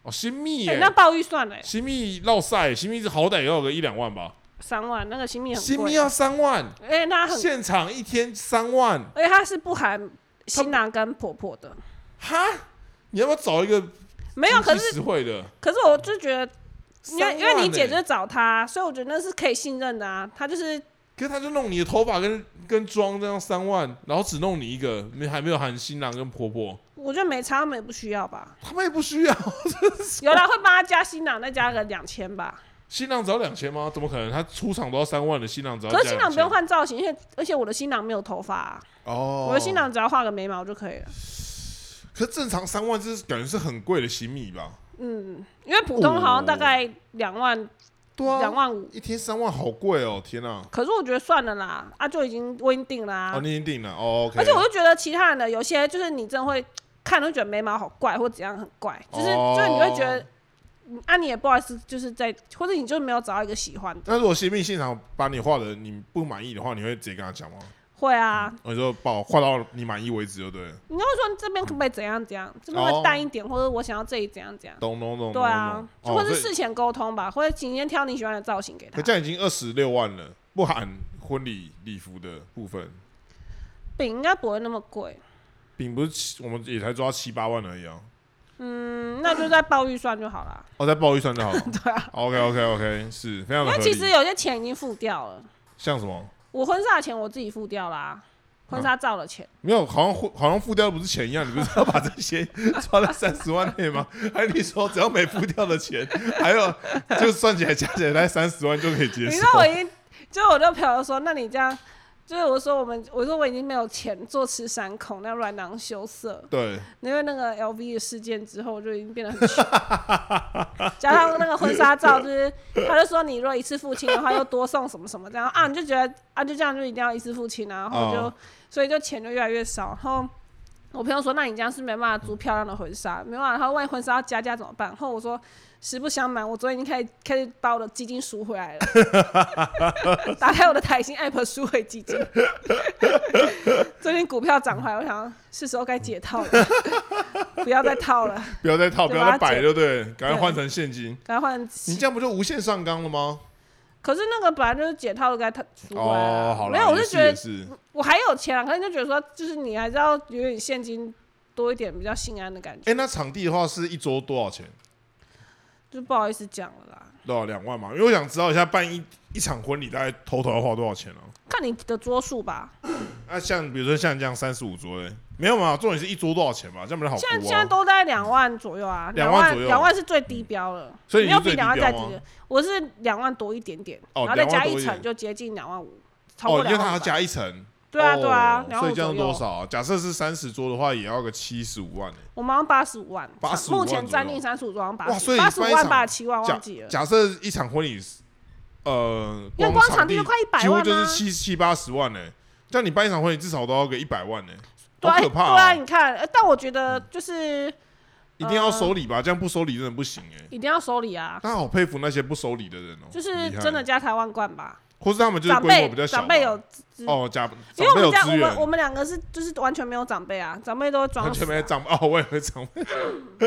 Speaker 2: 哦，新密
Speaker 3: 哎、
Speaker 2: 耶
Speaker 3: 那，报预算嘞、
Speaker 2: 新密绕赛，新密好歹也要有个一两万吧。
Speaker 3: 三万，那个新密很贵。
Speaker 2: 新密要三万，
Speaker 3: 而且它很，
Speaker 2: 现场一天三万，
Speaker 3: 而且它是不含新郎跟婆婆的，
Speaker 2: 哈？你要不要找一个
Speaker 3: 没有。可
Speaker 2: 经济
Speaker 3: 是
Speaker 2: 实惠的？
Speaker 3: 可是我就觉得，因
Speaker 2: 三
Speaker 3: 为因为
Speaker 2: 万欸
Speaker 3: 你姐
Speaker 2: 耶
Speaker 3: 就是找他，所以我觉得那是可以信任的啊。他就是
Speaker 2: 可是他就弄你的头发跟跟妆这样三万，然后只弄你一个，没还没有含新郎跟婆婆，
Speaker 3: 我觉得没差，他们也不需要吧。
Speaker 2: 他们也不需要。
Speaker 3: 有啦，会帮他加新郎再加个两千吧。
Speaker 2: 新郎只要两千吗？怎么可能？他出场都要三万的，新郎只要
Speaker 3: 可是
Speaker 2: 加
Speaker 3: 新郎不用
Speaker 2: 2000
Speaker 3: 换造型，而且而且我的新郎没有头发啊、
Speaker 2: 哦。
Speaker 3: 我的新，郎只要画个眉毛就可以了。
Speaker 2: 可是正常三万就是感觉是很贵的新米吧？
Speaker 3: 嗯，因为普通好像大概两万
Speaker 2: 对啊
Speaker 3: 两、万五，
Speaker 2: 一天三万好贵哦！天哪、啊！
Speaker 3: 可是我觉得算了啦，啊就已经我已经定啦、
Speaker 2: 哦，你已经定了哦。OK
Speaker 3: 啊而且我就觉得其他人的有些就是你真的会看，会觉得眉毛好怪或怎样很怪，就是、
Speaker 2: 哦
Speaker 3: 就是你会觉得，嗯啊你也不好意思，就是在或者你就没有找到一个喜欢的，
Speaker 2: 那如果新密现场把你画的你不满意的话，你会直接跟他讲吗？
Speaker 3: 会啊，
Speaker 2: 我就把我画到你满意为止，就对了。
Speaker 3: 你就会说这边可不可以怎样怎样，这边会淡一点，或者我想要这里怎样怎样，
Speaker 2: 哦懂懂懂。
Speaker 3: 对啊，
Speaker 2: 懂懂
Speaker 3: 或者
Speaker 2: 哦
Speaker 3: 是
Speaker 2: 所以
Speaker 3: 事前沟通吧，或者请先挑你喜欢的造型给他
Speaker 2: 可，这样已经二十六万了，不含婚礼礼服的部分，
Speaker 3: 饼应该不会那么贵，
Speaker 2: 并不是七，我们也才抓七八万而已啊。
Speaker 3: 嗯，那就再报预算就好啦。
Speaker 2: 哦，再报预算就好了。
Speaker 3: 对啊，
Speaker 2: OK OK OK，是非常的
Speaker 3: 因
Speaker 2: 合
Speaker 3: 为
Speaker 2: 理。
Speaker 3: 其实有些钱已经付掉了，
Speaker 2: 像什么
Speaker 3: 我婚纱的钱我自己付掉
Speaker 2: 嗯
Speaker 3: 啦，婚纱照的钱。
Speaker 2: 没有，好像付好像付掉的不是钱一样，你不是要把这 些抓在三十万内吗？还是你说只要没付掉的钱，还有就算起来加起来才三十万就可以接
Speaker 3: 你
Speaker 2: 受
Speaker 3: 知？道我已经，就我的朋友说，那你这样，就是我说我们，我说我已经没有钱坐吃山空，那软囊羞涩，
Speaker 2: 对，
Speaker 3: 因为那个 LV 的事件之后，我就已经变得很穷，加上那个婚纱照，就是他就说你如果一次付清的话，又多送什么什么这样啊，你就觉得啊就这样就一定要一次付清啊，然后就、
Speaker 2: 哦
Speaker 3: 所以就钱就越来越少，然后我朋友说，那你这样是没办法租漂亮的婚纱，没办法，他万一婚纱要加价怎么办？然后我说，实不相瞒，我昨天已经开始开始把我的基金赎回来了， 打开我的台新 app 赎回基金。 最近股票涨回来，我想是时候该解套了，不要再套了，
Speaker 2: 不要再套，
Speaker 3: 就
Speaker 2: 不要再
Speaker 3: 把它
Speaker 2: 摆，
Speaker 3: 剪
Speaker 2: 对不对？赶快
Speaker 3: 对
Speaker 2: 换成现金。
Speaker 3: 该换。
Speaker 2: 你这样不就无限上纲了吗？
Speaker 3: 可是那个本来就是解套的，该套赎回来啊、
Speaker 2: 哦，好了，
Speaker 3: 没有，我
Speaker 2: 也
Speaker 3: 是
Speaker 2: 是
Speaker 3: 觉得
Speaker 2: 也是
Speaker 3: 我还有钱啊，可是就觉得说，就是你还是要有点现金多一点，比较心安的感觉，
Speaker 2: 哎，那场地的话是一桌多少钱？
Speaker 3: 就不好意思讲了啦。
Speaker 2: 多少两万嘛？因为我想知道一下办一一场婚礼大概 total 要花多少钱啊？
Speaker 3: 看你的桌数吧，
Speaker 2: 啊，像比如说像这样三十五桌嘞，没有嘛？重点是一桌多少钱嘛？这样比较好
Speaker 3: 现在
Speaker 2: 估
Speaker 3: 现在
Speaker 2: 啊。
Speaker 3: 都在两万左右啊，
Speaker 2: 两
Speaker 3: 两
Speaker 2: 万左右嗯
Speaker 3: 两万是最低标了，
Speaker 2: 所以你
Speaker 3: 没
Speaker 2: 是
Speaker 3: 有
Speaker 2: 最
Speaker 3: 比
Speaker 2: 低
Speaker 3: 两
Speaker 2: 标
Speaker 3: 万再低
Speaker 2: 吗
Speaker 3: 的，我是两万多一点点，
Speaker 2: 哦
Speaker 3: 然后再
Speaker 2: 两万
Speaker 3: 加
Speaker 2: 多一
Speaker 3: 一
Speaker 2: 点
Speaker 3: 层就接近两万五，超
Speaker 2: 哦因
Speaker 3: 过，
Speaker 2: 为
Speaker 3: 两
Speaker 2: 它
Speaker 3: 万
Speaker 2: 要
Speaker 3: 五吧。
Speaker 2: 加一层。
Speaker 3: 对啊
Speaker 2: 哦
Speaker 3: 对啊，两
Speaker 2: 所
Speaker 3: 万
Speaker 2: 以
Speaker 3: 五
Speaker 2: 这样
Speaker 3: 左
Speaker 2: 多
Speaker 3: 右。
Speaker 2: 少啊？假设是三十桌的话，也要个七十五万欸
Speaker 3: 我们好像八十五万，
Speaker 2: 85
Speaker 3: 目
Speaker 2: 万
Speaker 3: 前
Speaker 2: 左
Speaker 3: 暂
Speaker 2: 右
Speaker 3: 定三十五万八
Speaker 2: 哇所以
Speaker 3: 八十五
Speaker 2: 办一
Speaker 3: 万
Speaker 2: 场
Speaker 3: 八七万忘记
Speaker 2: 假
Speaker 3: 了，
Speaker 2: 假设一场婚礼是，呃，
Speaker 3: 因为光场地就快100
Speaker 2: 几乎
Speaker 3: 万
Speaker 2: 就
Speaker 3: 啦
Speaker 2: 是七七八十万呢、这样你办一场婚礼至少都要个一百万呢、
Speaker 3: 对啊
Speaker 2: 好可怕、
Speaker 3: 对啊，
Speaker 2: 啊！
Speaker 3: 你看，呃但我觉得就是
Speaker 2: 一定要收礼吧，这样不收礼真的不行哎、
Speaker 3: 一定要收礼啊，
Speaker 2: 大家好佩服那些不收礼的人哦、
Speaker 3: 就是
Speaker 2: 厉害
Speaker 3: 真的，家财万贯吧，
Speaker 2: 或是他们就是
Speaker 3: 长
Speaker 2: 规模比较
Speaker 3: 辈
Speaker 2: 小吧，
Speaker 3: 长辈有资，
Speaker 2: 哦，家
Speaker 3: 因为
Speaker 2: 长辈有
Speaker 3: 我们家
Speaker 2: 资
Speaker 3: 我们我
Speaker 2: 源，
Speaker 3: 们两个是就是完全没有长辈啊，长辈都会装
Speaker 2: 完全
Speaker 3: 死
Speaker 2: 没
Speaker 3: 啊，
Speaker 2: 长哦，我也会长辈，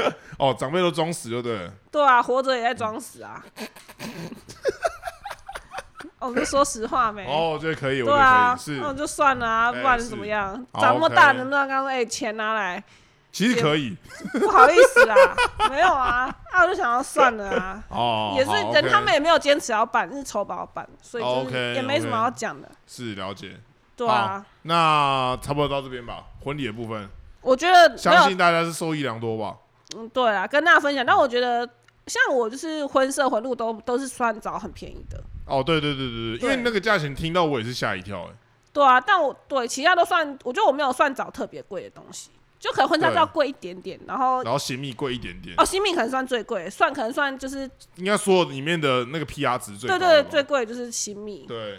Speaker 2: 哦，长辈都装死就对了，
Speaker 3: 对啊，活着也在装死啊。 哦我就说实话没，
Speaker 2: 哦，我觉得可以，我
Speaker 3: 对
Speaker 2: 觉得
Speaker 3: 啊，
Speaker 2: 可以，
Speaker 3: 那
Speaker 2: 是，
Speaker 3: 就算了啊，不
Speaker 2: 哎
Speaker 3: 然
Speaker 2: 是
Speaker 3: 怎么样？
Speaker 2: 好
Speaker 3: 长那么大
Speaker 2: OK
Speaker 3: 能不能刚说哎钱拿来？
Speaker 2: 其实可以，
Speaker 3: 不好意思啦，没有啊，那我就想要算了啊。
Speaker 2: 哦，
Speaker 3: 也是
Speaker 2: 好
Speaker 3: 人，
Speaker 2: ，OK 哦
Speaker 3: 他们也没有坚持要办，是筹保办，所以就是
Speaker 2: OK，
Speaker 3: 也没什么
Speaker 2: OK
Speaker 3: 要讲的。
Speaker 2: 是了解，
Speaker 3: 对啊，
Speaker 2: 那差不多到这边吧，婚礼的部分，
Speaker 3: 我觉得没
Speaker 2: 相
Speaker 3: 有
Speaker 2: 信大家是受益良多吧。
Speaker 3: 嗯，对啦，跟大家分享。但我觉得，像我就是婚摄婚录都都是算找很便宜的，
Speaker 2: 哦，对对对对对，因
Speaker 3: 对
Speaker 2: 为那个价钱听到我也是吓一跳、欸，
Speaker 3: 对啊。但我对其他都算，我觉得我没有算找特别贵的东西，就可能婚纱
Speaker 2: 对哦
Speaker 3: 照贵一点点，然后
Speaker 2: 然后新密贵一点点，
Speaker 3: 哦，新命可能算最贵，算可能算就是
Speaker 2: 应该所有里面的那个 PR 值最
Speaker 3: 对
Speaker 2: 高
Speaker 3: 对
Speaker 2: 了
Speaker 3: 对
Speaker 2: 吧
Speaker 3: 最贵就是新命，
Speaker 2: 对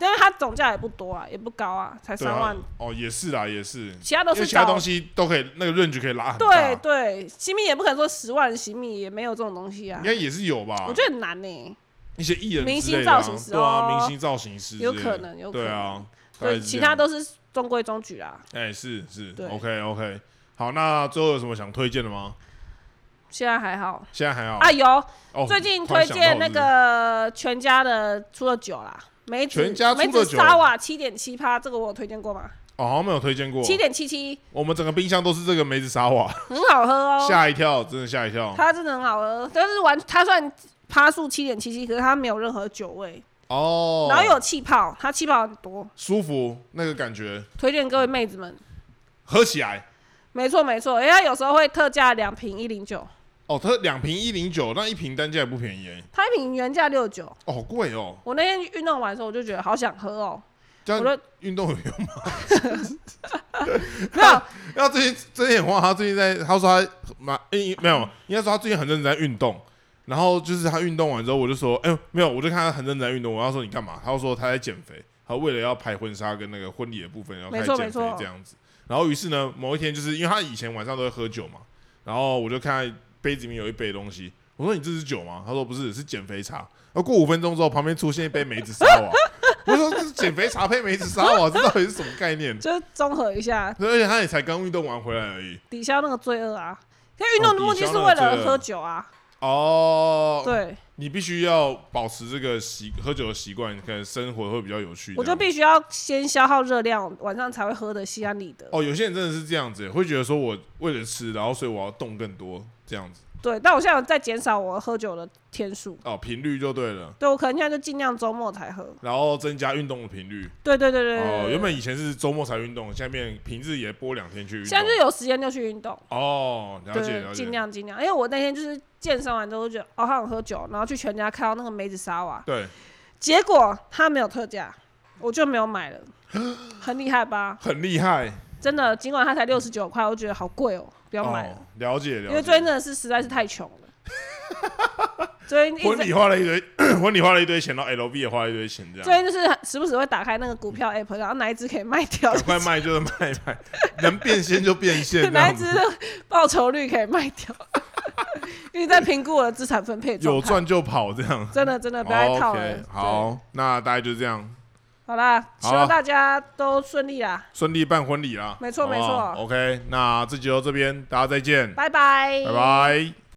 Speaker 3: 但是它总价也不多啊，也不高啊，才
Speaker 2: 对
Speaker 3: 三
Speaker 2: 啊
Speaker 3: 万，
Speaker 2: 哦，也是啦，也是，
Speaker 3: 其他都
Speaker 2: 因为
Speaker 3: 是
Speaker 2: 其他
Speaker 3: 找
Speaker 2: 东西都可以，那个 range 可以拉很大，
Speaker 3: 对对，新密也不可能说十万新密也没有这种东西啊
Speaker 2: 应，该也是有吧？
Speaker 3: 我觉得很难呢、
Speaker 2: 一些艺人
Speaker 3: 明
Speaker 2: 之类
Speaker 3: 星
Speaker 2: 的啊
Speaker 3: 造型师
Speaker 2: 对啊，
Speaker 3: 哦
Speaker 2: 明星造型师之
Speaker 3: 有
Speaker 2: 类的
Speaker 3: 可能有可
Speaker 2: 对啊，大概
Speaker 3: 对，
Speaker 2: 是
Speaker 3: 其
Speaker 2: 这样
Speaker 3: 他都是中规中矩啊啦。
Speaker 2: 哎、是是
Speaker 3: 对
Speaker 2: ，OK OK，好，那最后有什么想推荐的吗？
Speaker 3: 现在还好
Speaker 2: 现在还好
Speaker 3: 啊，有
Speaker 2: 哦，
Speaker 3: 最近
Speaker 2: 突然想
Speaker 3: 推荐
Speaker 2: 到
Speaker 3: 那
Speaker 2: 是不是
Speaker 3: 个全家的出了酒啦，梅子
Speaker 2: 全家出了
Speaker 3: 梅子
Speaker 2: 酒
Speaker 3: 沙瓦七点七趴，这个我有推荐过吗？
Speaker 2: 哦，好像没有推荐过，
Speaker 3: 七点七七
Speaker 2: 我们整个冰箱都是这个梅子沙瓦，
Speaker 3: 很好喝哦，
Speaker 2: 吓、一跳，真的吓一跳。
Speaker 3: 它真的很好喝，但是完它算趴数七点七七，可是它没有任何酒味，
Speaker 2: 哦，
Speaker 3: 然后有气泡，它气泡很多，
Speaker 2: 舒服那个感觉，
Speaker 3: 推荐各位妹子们。
Speaker 2: 喝起来
Speaker 3: 没错没错，因为它有时候会特价两瓶一零九，
Speaker 2: 哦，它两瓶一零九，那一瓶单价也不便宜耶，
Speaker 3: 它一瓶原价六九。
Speaker 2: 哦，好贵哦。
Speaker 3: 我那天运动完的时候，我就觉得好想喝哦，
Speaker 2: 这
Speaker 3: 我
Speaker 2: 样
Speaker 3: 就
Speaker 2: 运动有用吗？
Speaker 3: 没 有
Speaker 2: 然后最近最近很慌，他最近在他说他妈诶、没有，应该说他最近很认真在运动。然后就是他运动完之后，我就说，哎、没有，我就看他很认真在运动。我要说你干嘛？他就说他在减肥，他为了要拍婚纱跟那个婚礼的部分要开
Speaker 3: 没
Speaker 2: 始
Speaker 3: 错
Speaker 2: 减肥
Speaker 3: 没错
Speaker 2: 这样子。然后于是呢，某一天就是因为他以前晚上都会喝酒嘛，然后我就看他杯子里面有一杯东西，我说你这是酒吗？他说不是，是减肥茶。然后过五分钟之后，旁边出现一杯梅子沙瓦， 我说这是减肥茶配梅子沙瓦，这到底是什么概念？
Speaker 3: 就是综合一下，
Speaker 2: 而且他也才刚运动完回来而已。
Speaker 3: 抵消那个罪恶啊。因为运动的目的是
Speaker 2: 哦抵消那个
Speaker 3: 为
Speaker 2: 罪
Speaker 3: 了
Speaker 2: 恶
Speaker 3: 喝酒啊，
Speaker 2: 哦，，
Speaker 3: 对，
Speaker 2: 你必须要保持这个习喝酒的习惯，可能生活会比较有趣。
Speaker 3: 我
Speaker 2: 这
Speaker 3: 就
Speaker 2: 样
Speaker 3: 必须要先消耗热量，晚上才会喝的心安理得。
Speaker 2: 哦，有些人真的是这样子，会觉得说我为了吃，然后所以我要动更多这样子
Speaker 3: 对，但我现在有在减少我喝酒的天数，
Speaker 2: 哦，频率就对了，
Speaker 3: 对我可能现在就尽量周末才喝。
Speaker 2: 然后增加运动的频率。
Speaker 3: 对对对对对
Speaker 2: 哦，
Speaker 3: 对
Speaker 2: 原本以前是周末才运动，现在变平日也播两天去运动。
Speaker 3: 现在就有时间就去运动，
Speaker 2: 哦，了解了
Speaker 3: 对，
Speaker 2: 解，
Speaker 3: 尽量尽量。因为我那天就是健身完之后就觉得哦，好想喝酒，然后去全家看到那个梅子沙瓦，
Speaker 2: 对，
Speaker 3: 结果它没有特价，我就没有买 了，很厉害吧？
Speaker 2: 很厉害。
Speaker 3: 真的，尽管它才六十九块，我觉得好贵哦，不要买了。
Speaker 2: 哦，了解了解，
Speaker 3: 因为最近真的是实在是太穷了。最近一
Speaker 2: 婚
Speaker 3: 直
Speaker 2: 礼啊花了一堆， 婚礼花了一堆钱，然后 LV 也花了一堆钱，这
Speaker 3: 最
Speaker 2: 样
Speaker 3: 近就是时不时会打开那个股票 app，然后哪一只可以卖掉，
Speaker 2: 赶快卖就是卖卖， 能变现就变 现，这
Speaker 3: 哪一
Speaker 2: 样
Speaker 3: 只
Speaker 2: 子
Speaker 3: 的报酬率可以 卖掉，一直在评估我的资产分配状
Speaker 2: 有
Speaker 3: 态。
Speaker 2: 赚就跑这样。哦
Speaker 3: 真的真的不要再套了。
Speaker 2: OK，
Speaker 3: 对
Speaker 2: 好，那大概就这样，
Speaker 3: 好啦，希
Speaker 2: 好啊
Speaker 3: 望大家都顺利啦，
Speaker 2: 顺利办婚礼啦。
Speaker 3: 没错
Speaker 2: 好不好
Speaker 3: 没错
Speaker 2: OK，那这集到这边，大家再见，
Speaker 3: 拜拜，
Speaker 2: 拜拜。